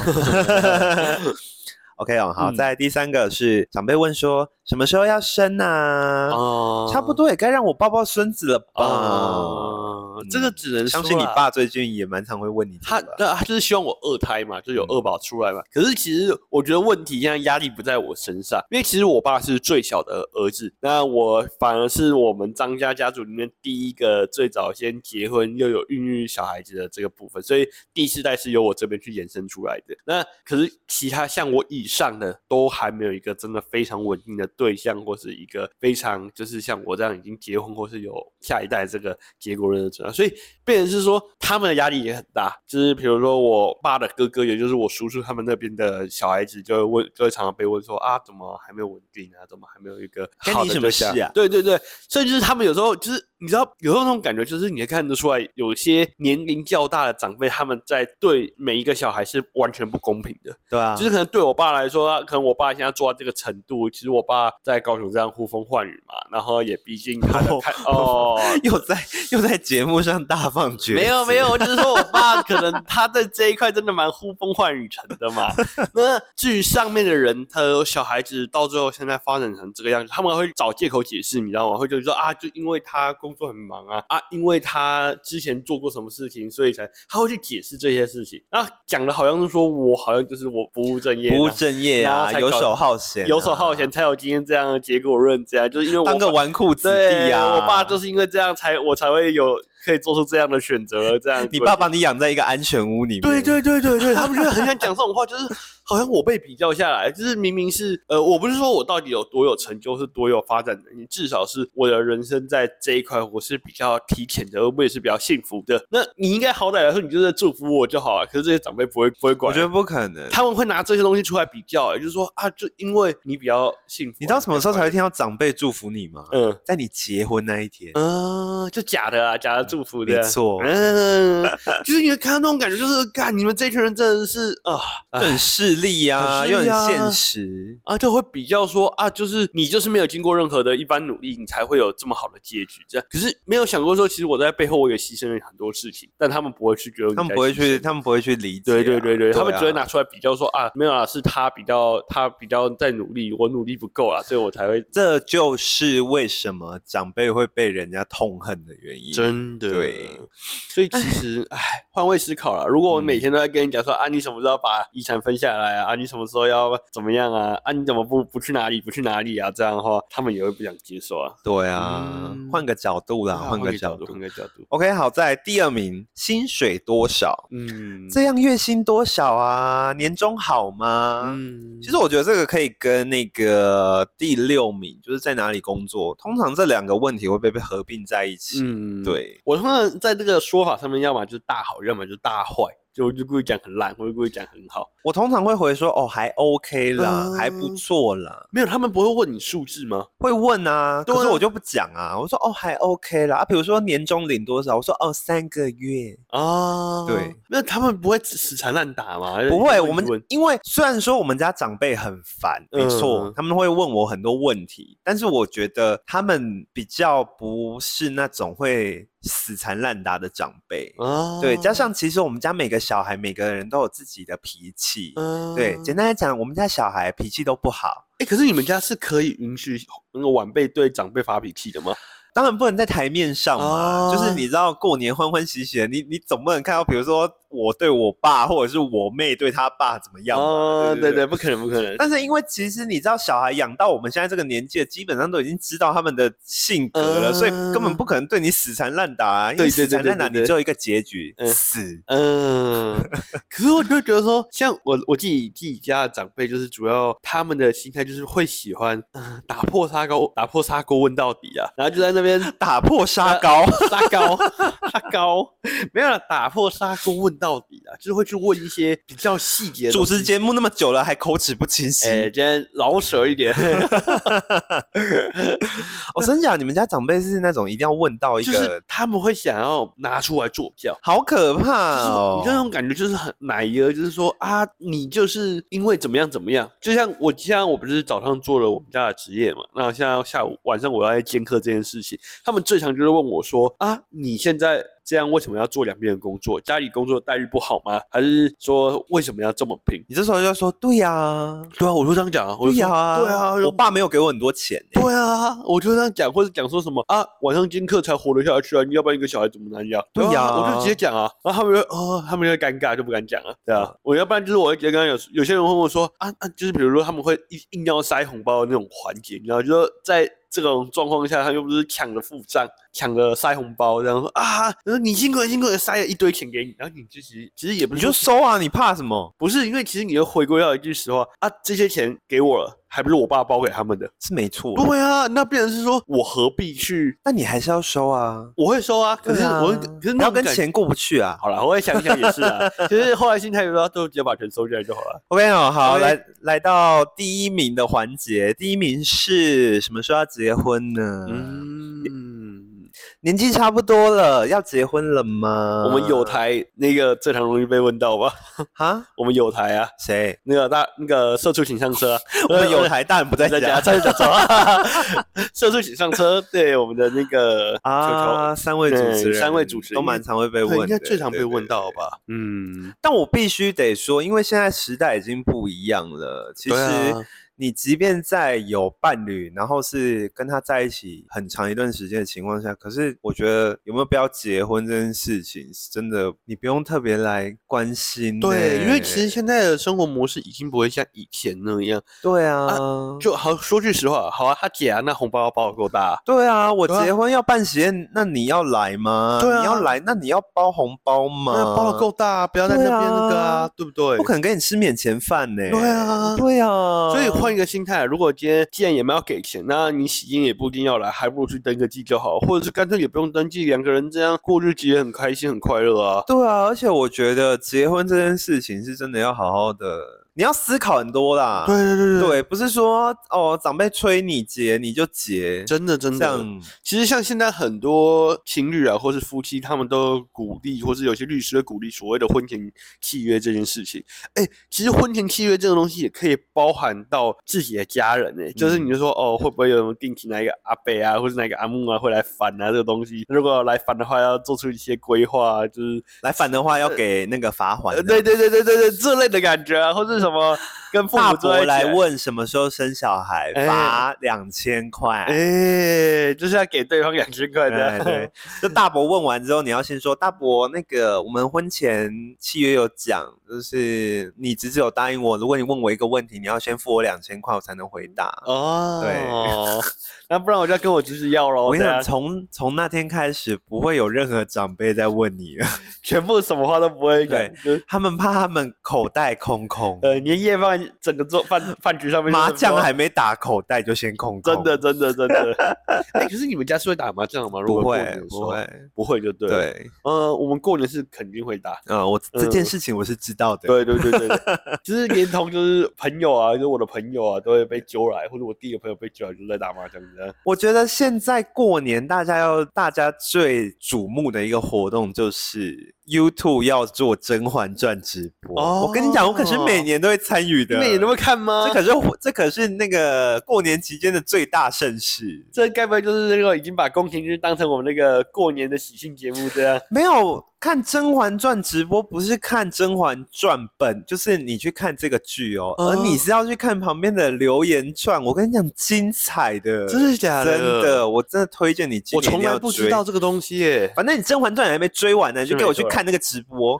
Speaker 1: ！OK 哦，好，
Speaker 2: 嗯
Speaker 1: 再来第三个是长辈问说什么时候要生啊？
Speaker 2: 哦
Speaker 1: 差不多也该让我抱抱孙子了吧？
Speaker 2: 哦，这个
Speaker 1: 嗯
Speaker 2: 只能
Speaker 1: 相
Speaker 2: 说
Speaker 1: 信你
Speaker 2: 啦
Speaker 1: 爸最近也蛮常会问你这
Speaker 2: 他
Speaker 1: 个吧，
Speaker 2: 对啊，他就是希望我二胎嘛，就有
Speaker 1: 嗯
Speaker 2: 二宝出来嘛。可是其实我觉得问题现在压力不在我身上，因为其实我爸是最小的儿子，那我反而是我们张家家族里面第一个最早先结婚又有孕育小孩子的这个部分，所以第四代是由我这边去延伸出来的。那可是其他像我以上的都还没有一个真的非常稳定的对象，或是一个非常就是像我这样已经结婚或是有下一代这个结果论的准啊，所以变成是说他们的压力也很大。就是比如说我爸的哥哥，也就是我叔叔他们那边的小孩子，就会问，就会常常被问说啊，怎么还没有稳定啊？怎么还没有一个
Speaker 1: 干
Speaker 2: 好
Speaker 1: 你
Speaker 2: 的
Speaker 1: 什
Speaker 2: 对
Speaker 1: 么
Speaker 2: 象
Speaker 1: 事啊
Speaker 2: 对对对，所以就是他们有时候就是你知道，有时候那种感觉就是你也看得出来，有些年龄较大的长辈他们在对每一个小孩是完全不公平的。
Speaker 1: 对啊，
Speaker 2: 就是可能对我爸来说，可能我爸现在做到这个程度，其实我爸在高雄这样呼风唤雨嘛，然后也毕竟他的 看哦。
Speaker 1: 又在又在节目上大放厥词，
Speaker 2: 没有没有，我只是说我爸可能他在这一块真的蛮呼风唤雨成的嘛。那至于上面的人，他有小孩子到最后现在发展成这个样子，他们会找借口解释，你知道吗？会就是说啊，就因为他工作很忙啊，啊，因为他之前做过什么事情，所以才他会去解释这些事情。那讲的好像是说我好像就是我不务正业，
Speaker 1: 不务
Speaker 2: 然后
Speaker 1: 正业
Speaker 2: 然后
Speaker 1: 啊，
Speaker 2: 才
Speaker 1: 游
Speaker 2: 搞
Speaker 1: 手好闲啊，
Speaker 2: 游手好闲才有今天这样的结果论，这样就是因为我
Speaker 1: 当个
Speaker 2: 爸
Speaker 1: 纨绔子
Speaker 2: 对
Speaker 1: 弟啊。
Speaker 2: 我爸就是因为这样才我才会有可以做出这样的选择，这样
Speaker 1: 你爸把你养在一个安全屋里面，
Speaker 2: 对对对对对，他们就是很想讲这种话，就是好像我被比较下来，就是明明是呃，我不是说我到底有多有成就，是多有发展能力，至少是我的人生在这一块我是比较提前的，我也是比较幸福的。那你应该好歹来说，你就是祝福我就好了。可是这些长辈不会不会管，
Speaker 1: 我觉得不可能。
Speaker 2: 他们会拿这些东西出来比较、就是说啊，就因为你比较幸福啊，
Speaker 1: 你知道什么时候才会听到长辈祝福你吗？
Speaker 2: 嗯。
Speaker 1: 在你结婚那一天。
Speaker 2: 嗯，就假的啊，假的祝福的啊，
Speaker 1: 没错
Speaker 2: 嗯，就是你会看到那种感觉，就是干你们这群人真的是啊，
Speaker 1: 就很势利啊，
Speaker 2: 很势
Speaker 1: 又很
Speaker 2: 利啊
Speaker 1: 现实。
Speaker 2: 啊，就会比较说啊，就是你就是没有经过任何的一般努力，你才会有这么好的结局。这样，可是没有想过说，其实我在背后我也牺牲了很多事情，但他们不会去觉得你
Speaker 1: 他们
Speaker 2: 在
Speaker 1: 不会
Speaker 2: 牺
Speaker 1: 去，
Speaker 2: 牲
Speaker 1: 他们不会去理解啊、
Speaker 2: 对对对对，他们
Speaker 1: 啊
Speaker 2: 只会拿出来比较说啊，没有啊，是他比较他比较在努力，我努力不够啊，所以我才会
Speaker 1: 这就是为什么长辈会被人家痛恨的原因。
Speaker 2: 真的。
Speaker 1: 对，嗯
Speaker 2: 所以其 实，唉，换位思考了。如果我每天都在跟你讲说、啊，你什么时候把遗产分下来啊？啊，你什么时候要怎么样啊？啊，你怎么不不去哪里不去哪里啊？这样的话，他们也会不想接受啊。
Speaker 1: 对啊，
Speaker 2: 嗯
Speaker 1: 换个角度啦，换个角
Speaker 2: 角
Speaker 1: 度
Speaker 2: 换。个角度。
Speaker 1: OK，好在第二名，薪水多少？
Speaker 2: 嗯，
Speaker 1: 这样月薪多少啊？年终好吗？
Speaker 2: 嗯，
Speaker 1: 其实我觉得这个可以跟那个第六名，就是在哪里工作，通常这两个问题会被被合并在一起。
Speaker 2: 嗯，
Speaker 1: 对，
Speaker 2: 我通常在这个说法上面，要么就是大好，要么就是大坏。就我就故意讲很烂，我就故意讲很好。
Speaker 1: 我通常会回说哦，还 OK 啦，
Speaker 2: 嗯
Speaker 1: 还不错啦，
Speaker 2: 没有，他们不会问你数字吗？
Speaker 1: 会问啊，
Speaker 2: 对啊
Speaker 1: 可是我就不讲啊，我说哦还 OK 啦，啊，比如说年终领多少，我说哦三个月，
Speaker 2: 啊，
Speaker 1: 对，
Speaker 2: 那他们不会死缠烂打吗？
Speaker 1: 不
Speaker 2: 一
Speaker 1: 会，
Speaker 2: 直
Speaker 1: 我们
Speaker 2: 问
Speaker 1: 因为虽然说我们家长辈很烦，没错，
Speaker 2: 嗯
Speaker 1: 他们会问我很多问题，但是我觉得他们比较不是那种会死缠烂打的长辈。
Speaker 2: 啊，
Speaker 1: 对，加上其实我们家每个小孩每个人都有自己的脾气。
Speaker 2: 嗯
Speaker 1: 对，简单来讲，我们家小孩脾气都不好，
Speaker 2: 哎、可是你们家是可以允许那个晚辈对长辈发脾气的吗？
Speaker 1: 当然不能在台面上嘛。就是
Speaker 2: 哦
Speaker 1: 你知道，过年欢欢喜喜的，你你总不能看到，比如说我对我爸，或者是我妹对她爸怎么样嘛
Speaker 2: 啊，
Speaker 1: 对
Speaker 2: 对
Speaker 1: 对
Speaker 2: 不可能，不 可能。
Speaker 1: 但是因为其实你知道，小孩养到我们现在这个年纪了，基本上都已经知道他们的性格了，所以根本不可能对你死缠烂打啊。因为
Speaker 2: 嗯对对
Speaker 1: 死
Speaker 2: 对
Speaker 1: 缠
Speaker 2: 对
Speaker 1: 烂打，
Speaker 2: 对对
Speaker 1: 你只有一个结局，
Speaker 2: 嗯
Speaker 1: 死。
Speaker 2: 嗯，可是我就觉得说，像我我自己自己家的长辈，就是主要他们的心态就是会喜欢、嗯打破砂锅打破砂锅问到底啊，然后就在那边
Speaker 1: 打破砂膏，
Speaker 2: 沙高，沙高，没有啦打破砂锅问到底啊，就是会去问一些比较细节的
Speaker 1: 主
Speaker 2: 东
Speaker 1: 持
Speaker 2: 西
Speaker 1: 节目那么久了，还口齿不清晰。
Speaker 2: 哎、今天老舍 一点，
Speaker 1: 我哦真讲，你们家长辈是那种一定要问到一
Speaker 2: 就
Speaker 1: 个，
Speaker 2: 是他们会想要拿出来做教。
Speaker 1: 好可怕
Speaker 2: 就是
Speaker 1: 哦
Speaker 2: 你！那种感觉就是很奶油，就是说啊，你就是因为怎么样怎么样，就像我像我不是早上做了我们家的职业嘛，那现在下午晚上我要来兼课这件事情，他们最常就是问我说啊，你现在这样为什么要做两边的工作？家里工作待遇不好吗？还是说为什么要这么拼？
Speaker 1: 你这时候就要说，对呀、
Speaker 2: 对啊，我就这样讲啊，我
Speaker 1: 对
Speaker 2: 就说
Speaker 1: 呀、
Speaker 2: 对啊，
Speaker 1: 我爸没有给我很多钱、欸，
Speaker 2: 对啊，我就这样讲，或者讲说什么啊，晚上兼课才活得下去啊，你要不然一个小孩怎么能养？
Speaker 1: 对呀
Speaker 2: 我就直接讲啊，然后他们就哦，他们就尴尬，就不敢讲啊，对啊，我要不然就是我会直接跟他有有些人会问我说啊啊，就是比如说他们会硬硬要塞红包的那种环节，你知道，就是在。这种状况下，他又不是抢着付账，抢着塞红包，然后说啊，你辛苦了，辛苦了，塞了一堆钱给你，然后你其实其实也不
Speaker 1: 你
Speaker 2: 是
Speaker 1: 就
Speaker 2: 说
Speaker 1: 收啊，你怕什么？
Speaker 2: 不是，因为其实你又回归到一句实话啊，这些钱给我了，还不是我爸包给他们的，
Speaker 1: 是没错，
Speaker 2: 对啊，那变成是说我何必去？
Speaker 1: 但你还是要收啊。
Speaker 2: 我会收啊，可是
Speaker 1: 对啊
Speaker 2: 我会、可是
Speaker 1: 不
Speaker 2: 那
Speaker 1: 要
Speaker 2: 种
Speaker 1: 跟
Speaker 2: 感
Speaker 1: 钱过不去啊。
Speaker 2: 好了，我也想一想也是啊。 其实后来心态有到，都直接把钱收进来就好了。
Speaker 1: OK 哦，好，
Speaker 2: OK
Speaker 1: 来来到第一名的环节，第一名是什么时候要结婚呢？
Speaker 2: 嗯，
Speaker 1: 年纪差不多了，要结婚了吗？
Speaker 2: 我们有台那个最常容易被问到吧？
Speaker 1: 啊？
Speaker 2: 我们有台啊，
Speaker 1: 谁？
Speaker 2: 那个大那个社畜请上车 啊，
Speaker 1: 我们有台，但不在
Speaker 2: 在
Speaker 1: 家
Speaker 2: 家，在家走 啊。社畜请上车，对我们的那个
Speaker 1: 啊。三位主持
Speaker 2: 对
Speaker 1: 人，
Speaker 2: 三位主持人
Speaker 1: 都蛮常会被
Speaker 2: 球球，
Speaker 1: 问
Speaker 2: 对
Speaker 1: 的，
Speaker 2: 应该最常被
Speaker 1: 对
Speaker 2: 问。
Speaker 1: 对对
Speaker 2: 到吧？嗯，
Speaker 1: 但我必须得说，因为现在时代已经不一样了。其实
Speaker 2: 对啊
Speaker 1: 你即便在有伴侣，然后是跟他在一起很长一段时间的情况下，可是我觉得有没有必要结婚这件事情，是真的你不用特别来关心呢、欸
Speaker 2: 对，因为其实现在的生活模式已经不会像以前那样。
Speaker 1: 对啊，
Speaker 2: 就好说句实话，好啊，他姐啊，那红包包够 大啊，
Speaker 1: 对啊，我
Speaker 2: 对啊
Speaker 1: 结婚要办喜宴，那你要来吗？
Speaker 2: 对啊
Speaker 1: 你要来，那你要包红包吗？
Speaker 2: 那包的够，大啊，不要在那
Speaker 1: 对
Speaker 2: 边那个啊，
Speaker 1: 啊
Speaker 2: 对不对？
Speaker 1: 不可能给你吃免钱饭呢、
Speaker 2: 对啊
Speaker 1: 对啊，
Speaker 2: 所以换一个心态，如果今天既然也没有给钱，那你喜宴也不一定要来，还不如去登个记就好，或者是干脆也不用登记，两个人这样过日子也很开心，很快乐啊。
Speaker 1: 对啊，而且我觉得结婚这件事情是真的要好好的，你要思考很多啦。
Speaker 2: 对对对，
Speaker 1: 对，不是说哦长辈催你结你就结，
Speaker 2: 真的真
Speaker 1: 这
Speaker 2: 的。
Speaker 1: 样
Speaker 2: 其实像现在很多情侣啊，或是夫妻，他们都鼓励，或是有些律师会鼓励所谓的婚前契约这件事情。哎，其实婚前契约这个东西也可以包含到自己的家人哎、就是
Speaker 1: 嗯
Speaker 2: 你就说哦，会不会有什么定期哪一个阿伯啊，或是哪一个阿木啊会来烦啊这个东西？如果来烦的话，要做出一些规划啊，就是
Speaker 1: 来反的话要给那个罚款
Speaker 2: 呃，
Speaker 1: 这样。
Speaker 2: 对对对对对对，这类的感觉啊，或是什么跟父
Speaker 1: 大
Speaker 2: 母坐在
Speaker 1: 伯
Speaker 2: 一起
Speaker 1: 来问什么时候生小孩，
Speaker 2: 哎
Speaker 1: 罚两千
Speaker 2: 哎、
Speaker 1: 块。
Speaker 2: 就是要给对方啊两千块
Speaker 1: 对
Speaker 2: 的，
Speaker 1: 哎对，就大伯问完之后，你要先说大伯，那个我们婚前契约有讲，就是你只只有答应我，如果你问我一个问题，你要先付我两千块，我才能回答。
Speaker 2: 哦，对， 那不然我就要跟我侄子要喽，
Speaker 1: 我跟你
Speaker 2: 对啊
Speaker 1: 讲，从从那天开始，不会有任何长辈再问你了，
Speaker 2: 全部什么话都不会讲
Speaker 1: 对，
Speaker 2: 就是
Speaker 1: 他们怕他们口袋空空，
Speaker 2: 呃，年夜饭整个桌饭饭局上面就是
Speaker 1: 麻将
Speaker 2: 说
Speaker 1: 还没打，口袋就先空空。
Speaker 2: 真的，真的真的。 哎、可是你们家是会打麻将吗？如
Speaker 1: 不
Speaker 2: 果过
Speaker 1: 会
Speaker 2: 年的时
Speaker 1: 不
Speaker 2: 候，
Speaker 1: 会，
Speaker 2: 不会就对。，
Speaker 1: 对。
Speaker 2: 呃，我们过年是肯定会打。
Speaker 1: 呃，我这件
Speaker 2: 嗯
Speaker 1: 事情我是知道的。
Speaker 2: 对对对 对对，就是连同就是朋友啊，就是我的朋友啊，都会被揪来，或者我弟的朋友被揪来，就是在打麻将这样。
Speaker 1: 我觉得现在过年大家要大家最瞩目的一个活动就是 YouTube 要做《甄嬛传》直播。我跟你讲，我可是每
Speaker 2: 哦
Speaker 1: 年都会参与的。
Speaker 2: 那你能不能看吗？
Speaker 1: 啊这可是我这可是那个过年期间的最大盛事。
Speaker 2: 这该不会就是那个已经把宫廷剧当成我们那个过年的喜庆节目这样？
Speaker 1: 没有看《甄嬛传》直播，不是看《甄嬛传》本，就是你去看这个剧哦，而你
Speaker 2: 哦
Speaker 1: 是要去看旁边的留言串。我跟你讲，精彩的，
Speaker 2: 真的假的
Speaker 1: 真的，我真的推荐你今
Speaker 2: 我
Speaker 1: 年一
Speaker 2: 从
Speaker 1: 定要
Speaker 2: 来不知
Speaker 1: 追
Speaker 2: 道这个东西 耶，
Speaker 1: 反正你《甄嬛传》也还没追完呢，你就是给我
Speaker 2: 没
Speaker 1: 去
Speaker 2: 错
Speaker 1: 看那个直播。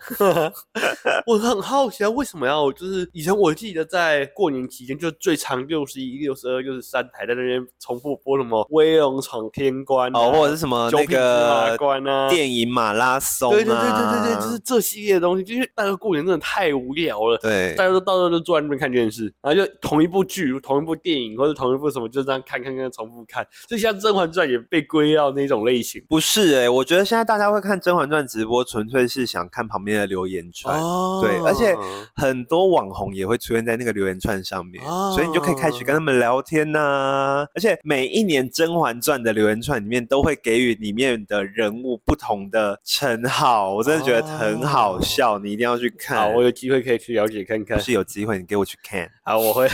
Speaker 2: 我很好奇啊，为什么要就是以前我记得在过年期间，就最长六十一、六十二、六十三台在那边重复播什么《威龙闯天关、啊》
Speaker 1: 哦，或者是什么
Speaker 2: 九
Speaker 1: 那
Speaker 2: 品芝
Speaker 1: 个
Speaker 2: 麻官啊
Speaker 1: 电影马拉松、啊，
Speaker 2: 对对对对对对，就是这系列的东西，就因为大家过年真的太无聊了。
Speaker 1: 对
Speaker 2: 大家都到时候就坐在那边看电视，然后就同一部剧、同一部电影或者同一部什么，就这样看看看重复看。就像《甄嬛传》也被归到那种类型。
Speaker 1: 不是哎、我觉得现在大家会看《甄嬛传》直播，纯粹是想看旁边的留言串。
Speaker 2: 哦
Speaker 1: 对而且很多网红也会出现在那个留言串上面，所以你就可以开始
Speaker 2: 哦
Speaker 1: 跟他们聊天呐、而且每一年《甄嬛传》的留言串里面都会给予里面的人物不同的称号，我真的觉得很好
Speaker 2: 哦
Speaker 1: 笑，你一定要去看。
Speaker 2: 好，我有机会可以去了解看看
Speaker 1: 要。是有机会，你给我去看。
Speaker 2: 啊，我 会。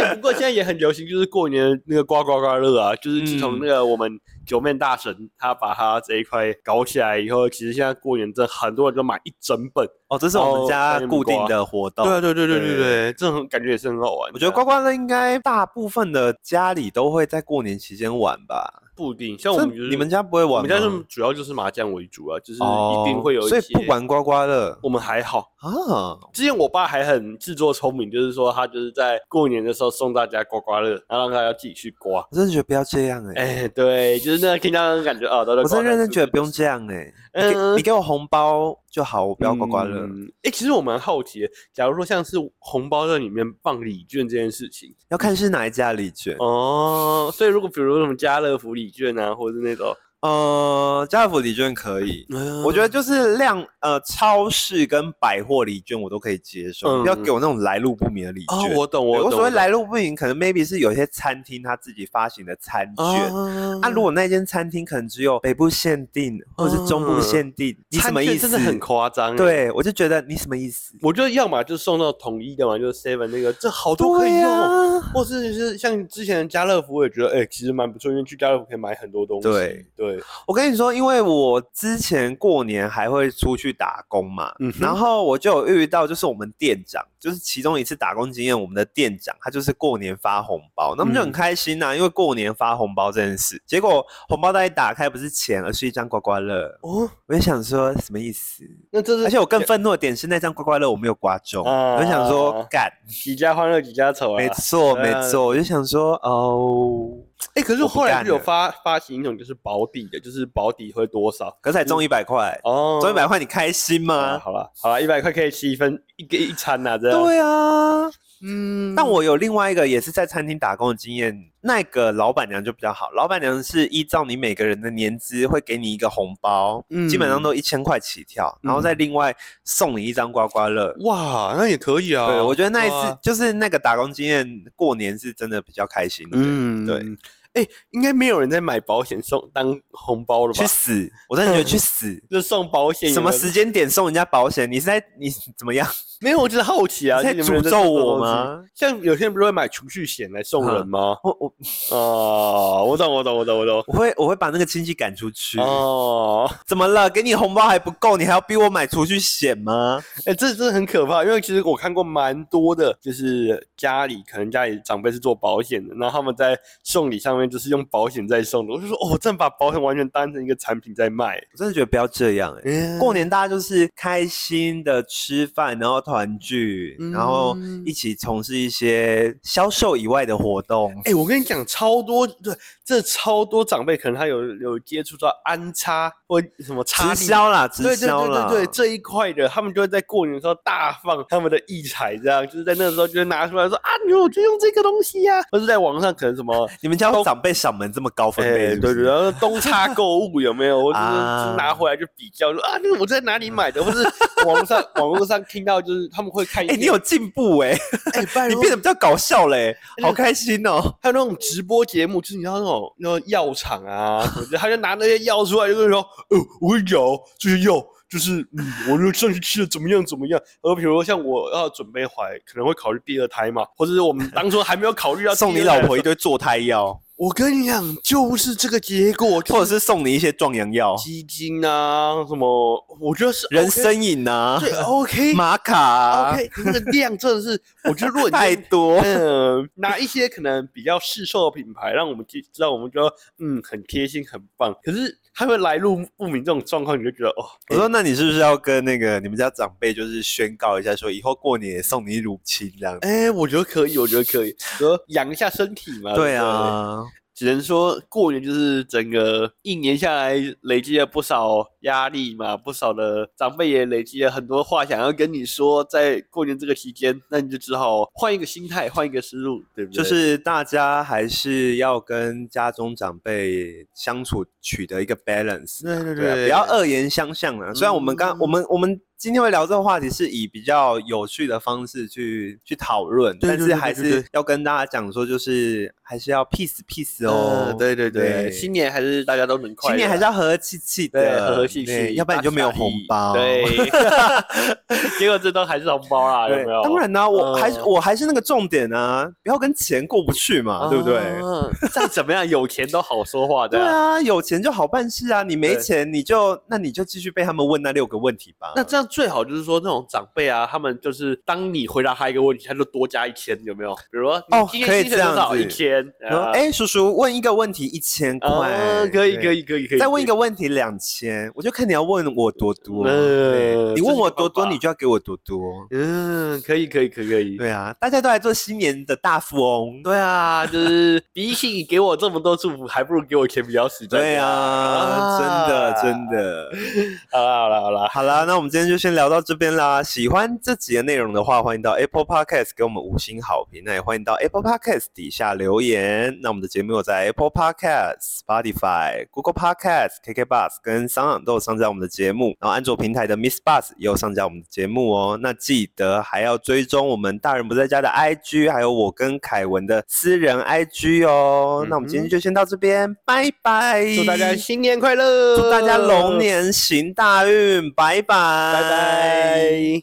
Speaker 2: 哎、不过现在也很流行，就是过年那个刮刮刮乐啊，就是自从那个我们九面大神他把他这一块搞起来以后，其实现在过年真的很多人都买一整本。
Speaker 1: 哦，这是我们
Speaker 2: 哦
Speaker 1: 家
Speaker 2: 欢迎
Speaker 1: 固定
Speaker 2: 刮
Speaker 1: 的活动。
Speaker 2: 对对
Speaker 1: 对对
Speaker 2: 对，这种感觉也是很好玩的啊。
Speaker 1: 我觉得刮刮乐应该大部分的家里都会在过年期间玩吧。
Speaker 2: 不一定，像我们
Speaker 1: 这
Speaker 2: 就是
Speaker 1: 你们家不会
Speaker 2: 我
Speaker 1: 玩
Speaker 2: 们
Speaker 1: 吗？
Speaker 2: 家是主要就是麻将为主啊，就是
Speaker 1: 哦
Speaker 2: 一定会有一
Speaker 1: 所
Speaker 2: 些。
Speaker 1: 以不玩刮刮乐
Speaker 2: 我们还好，
Speaker 1: 啊。
Speaker 2: 之前我爸还很自作聪明，就是说他就是在过年的时候送大家刮刮乐，然后让大家自己去刮。
Speaker 1: 我真的觉得不要这样哎、
Speaker 2: 哎、对，就是那个听到那种感觉啊，都在
Speaker 1: 我
Speaker 2: 刮
Speaker 1: 真的认真
Speaker 2: 是
Speaker 1: 觉得不
Speaker 2: 是
Speaker 1: 用这样哎、你给
Speaker 2: 嗯
Speaker 1: 你给我红包就好，我不要刮刮乐。
Speaker 2: 嗯哎、其实我蛮好奇的，假如说像是红包在里面放礼券这件事情，
Speaker 1: 要看是哪一家礼券。
Speaker 2: 哦，所以如果比如说什么家乐福礼券啊，或者是那种，
Speaker 1: 呃，家乐福礼券可以。嗯
Speaker 2: 嗯
Speaker 1: 我觉得就是量呃，超市跟百货礼券我都可以接受，
Speaker 2: 嗯
Speaker 1: 不要给我那种来路不明的礼券。
Speaker 2: 哦，我懂，
Speaker 1: 对
Speaker 2: 我
Speaker 1: 我
Speaker 2: 懂，
Speaker 1: 所谓
Speaker 2: 懂
Speaker 1: 来路不明，可能 maybe 是有些餐厅他自己发行的餐券。
Speaker 2: 啊
Speaker 1: 那、如果那间餐厅可能只有北部限定或者是中部
Speaker 2: 嗯
Speaker 1: 限定，你什
Speaker 2: 餐
Speaker 1: 么
Speaker 2: 券
Speaker 1: 意思？
Speaker 2: 真的很夸张、欸，。
Speaker 1: 对，我就觉得你什么意思？
Speaker 2: 我觉得要么就是送到统一的嘛，就是 Seven 那个，这好多可以
Speaker 1: 对
Speaker 2: 用，
Speaker 1: 呀、
Speaker 2: 或是是像之前的家乐福，我也觉得哎、其实蛮不错，因为去家乐福可以买很多东西。
Speaker 1: 对
Speaker 2: 对，
Speaker 1: 我跟你说，因为我之前过年还会出去打工嘛，
Speaker 2: 嗯
Speaker 1: 然
Speaker 2: 哼
Speaker 1: 后我就有遇到，就是我们店长，就是其中一次打工经验，我们的店长他就是过年发红包，那我们就很
Speaker 2: 嗯
Speaker 1: 开心呐、啊因为过年发红包这件事，结果红包袋一打开不是钱，而是一张刮刮乐，
Speaker 2: 哦，
Speaker 1: 我就想说什么意思？
Speaker 2: 那这是
Speaker 1: 而且我更愤怒的点是那张刮刮乐我没有刮中，我就想说
Speaker 2: 啊
Speaker 1: 干，
Speaker 2: 几家欢乐几家愁啊。
Speaker 1: 没错没
Speaker 2: 呃
Speaker 1: 错，我就想说哦，
Speaker 2: 哎、可是
Speaker 1: 我不
Speaker 2: 后来
Speaker 1: 干
Speaker 2: 就有
Speaker 1: 了
Speaker 2: 发发行一种就是保底的，就是保底会多少？
Speaker 1: 可是才中一百块，
Speaker 2: 哦，
Speaker 1: 中一百块你开心
Speaker 2: 啊，
Speaker 1: 吗？
Speaker 2: 好了好了，一百块可以吃一份一个一餐呐、这样。，
Speaker 1: 对啊，
Speaker 2: 嗯
Speaker 1: 但我有另外一个也是在餐厅打工的经验，那个老板娘就比较好。老板娘是依照你每个人的年资会给你一个红包，
Speaker 2: 嗯
Speaker 1: 基本上都一千块起跳，然后再另外送你一张刮刮乐。
Speaker 2: 哇，那也可以啊。
Speaker 1: 对，我觉得那一
Speaker 2: 哇
Speaker 1: 次就是那个打工经验，过年是真的比较开心的。
Speaker 2: 嗯，
Speaker 1: 对
Speaker 2: 哎、哎、应该没有人在买保险送当红包了吧
Speaker 1: 去？死！我真的觉得去
Speaker 2: ！
Speaker 1: 死
Speaker 2: 就送保险有
Speaker 1: 什么
Speaker 2: 人
Speaker 1: 时间点送人家保险？你是在你怎么样？
Speaker 2: 没有，我就是好奇啊，
Speaker 1: 你在
Speaker 2: 就有没有人
Speaker 1: 诅咒
Speaker 2: 这种
Speaker 1: 我
Speaker 2: 东西
Speaker 1: 吗？嗯
Speaker 2: 像有些人不是会买储蓄险来送人吗？
Speaker 1: 我我
Speaker 2: 哦，我懂，我懂，我懂，我懂。
Speaker 1: 我会我会把那个亲戚赶出去。
Speaker 2: 哦，
Speaker 1: 怎么了？给你红包还不够，你还要逼我买储蓄险吗？
Speaker 2: 哎、这真的很可怕，因为其实我看过蛮多的，就是家里可能家里长辈是做保险的，然后他们在送礼上面就是用保险在送的，我就说哦，我真的把保险完全当成一个产品在卖。
Speaker 1: 我真的觉得不要这样哎、
Speaker 2: 嗯
Speaker 1: 过年大家就是开心的吃饭，然后团聚，然后
Speaker 2: 嗯
Speaker 1: 一起从事一些销售以外的活动。
Speaker 2: 哎、我跟你讲，超多对，这超多长辈可能他有有接触到安插或什么插
Speaker 1: 直
Speaker 2: 利
Speaker 1: 销啦，直
Speaker 2: 对对
Speaker 1: 销
Speaker 2: 对
Speaker 1: 啦，
Speaker 2: 对对，这一块的，他们就会在过年的时候大放他们的异彩，这样就是在那个时候就会拿出来说啊，你我就用这个东西呀、或是在网上可能什么。
Speaker 1: 你们家长辈赏门这么高分贝
Speaker 2: 哎，
Speaker 1: 是不
Speaker 2: 对
Speaker 1: 是，
Speaker 2: 对，然后东差购物有没有？我就是
Speaker 1: 啊
Speaker 2: 就是拿回来就比较，说啊，那个我在哪里 买的，或是网络上网络上听到，就是他们会看一些。
Speaker 1: 哎、你有进步哎、
Speaker 2: 哎，拜
Speaker 1: 你
Speaker 2: 托
Speaker 1: 变得比较搞笑嘞、
Speaker 2: 哎
Speaker 1: 好开心哦、
Speaker 2: 还有那种直播节目，就是你知道那种那种药厂啊什么的，他就拿那些药出来，就跟你说，呃，我跟你讲哦，这些药就是，嗯，我就上次吃的怎么样怎么样。而比如说像我要准备怀，可能会考虑第二胎嘛，或者是我们当初还没有考虑要
Speaker 1: 送你
Speaker 2: 第二胎
Speaker 1: 老
Speaker 2: 的
Speaker 1: 婆一
Speaker 2: 时
Speaker 1: 堆坐胎 药，
Speaker 2: 候，我跟你讲，就是这个结果，
Speaker 1: 或
Speaker 2: 就
Speaker 1: 者
Speaker 2: 是
Speaker 1: 是送你一些壮阳药、
Speaker 2: 基金啊什么，我觉得是
Speaker 1: 人
Speaker 2: OK-
Speaker 1: 参饮啊、
Speaker 2: 对 OK
Speaker 1: 玛卡啊、
Speaker 2: OK，那个量真的是，我觉得如果你
Speaker 1: 太
Speaker 2: 真的
Speaker 1: 多。
Speaker 2: 嗯，拿一些可能比较市售的品牌，让我们知知道，我们觉得嗯很贴心很棒。可是他会来路不明这种状况，你就觉得哦，
Speaker 1: 我说，那你是不是要跟那个你们家长辈就是宣告一下，说以后过年也送你乳清这样？
Speaker 2: 哎、我觉得可以，我觉得可以，说养一下身体嘛。
Speaker 1: 对
Speaker 2: 不对，
Speaker 1: 啊，
Speaker 2: 只能说过年就是整个一年下来累积了不少压力嘛，不少的长辈也累积了很多话想要跟你说，在过年这个期间，那你就只好换一个心态，换一个思路，对不
Speaker 1: 就
Speaker 2: 对？
Speaker 1: 是大家还是要跟家中长辈相处取得一个 balance，
Speaker 2: 对嗯对嗯
Speaker 1: 对啊，不要恶言相向啊。虽然我们刚我们我们今天会聊这个话题，是以比较有趣的方式去去讨论，
Speaker 2: 对
Speaker 1: 但
Speaker 2: 对
Speaker 1: 是
Speaker 2: 对
Speaker 1: 还
Speaker 2: 对对
Speaker 1: 是要跟大家讲说，就是还是要 peace peace 哦
Speaker 2: 呃。对对对，
Speaker 1: 对
Speaker 2: 新年还是大家都能快乐，
Speaker 1: 新
Speaker 2: 啊
Speaker 1: 年还是要和和气气的，
Speaker 2: 对和和气
Speaker 1: 对
Speaker 2: 气，
Speaker 1: 要不然你就没有红包。
Speaker 2: 大家一起 对，结果这都还是红包啊啦，有
Speaker 1: 对
Speaker 2: 没有？
Speaker 1: 当然啦、我还是、
Speaker 2: 嗯
Speaker 1: 我还是那个重点啊，不要跟钱过不去嘛，对不对？
Speaker 2: 啊？再怎么样，有钱都好说话的。
Speaker 1: 对啊，有钱就好办事啊，你没
Speaker 2: 对
Speaker 1: 钱你就那你就继续被他们问那六个问题吧。
Speaker 2: 那这样最好就是说，那种长辈啊，他们就是当你回答他一个问题，他就多加一千，有没有？比如说，你
Speaker 1: 哦
Speaker 2: 今天
Speaker 1: 可以
Speaker 2: 薪水
Speaker 1: 这样
Speaker 2: 多少
Speaker 1: 子
Speaker 2: 一千，
Speaker 1: 然后
Speaker 2: 啊
Speaker 1: 哎、叔叔问一个问题一千块，
Speaker 2: 啊，可以
Speaker 1: 对
Speaker 2: 可以可以可以，
Speaker 1: 再问一个
Speaker 2: 可以，
Speaker 1: 问题两千，我就看你要问我多多。
Speaker 2: 呃
Speaker 1: 对你问我多
Speaker 2: 这是一个
Speaker 1: 多，
Speaker 2: 方法
Speaker 1: 你就要给我多多。
Speaker 2: 嗯，可以可以可以可以，
Speaker 1: 对啊，大家都来做新年的大富翁。
Speaker 2: 对啊，就是比起你给我这么多祝福，还不如给我钱比较实在。
Speaker 1: 对啊，真的真
Speaker 2: 的。
Speaker 1: 的。
Speaker 2: 好啦好啦好啦，
Speaker 1: 好啦，那我们今天就先聊到这边啦。喜欢这集的内容的话，欢迎到 Apple Podcast 给我们五星好评，那也欢迎到 Apple Podcast 底下留言。那我们的节目有在 Apple Podcast、Spotify、Google Podcast、KK Bus 跟 s o n 都有上架我们的节目，然后安卓平台的 Miss Bus 也有上架我们的节目哦。那记得还要追踪我们大人不在家的 IG，还有我跟凯文的私人 IG 哦。那我们今天就先到这边，拜拜，
Speaker 2: 嗯祝大家新年快乐，
Speaker 1: 祝大家龙，年行大运，拜拜，
Speaker 2: 拜拜。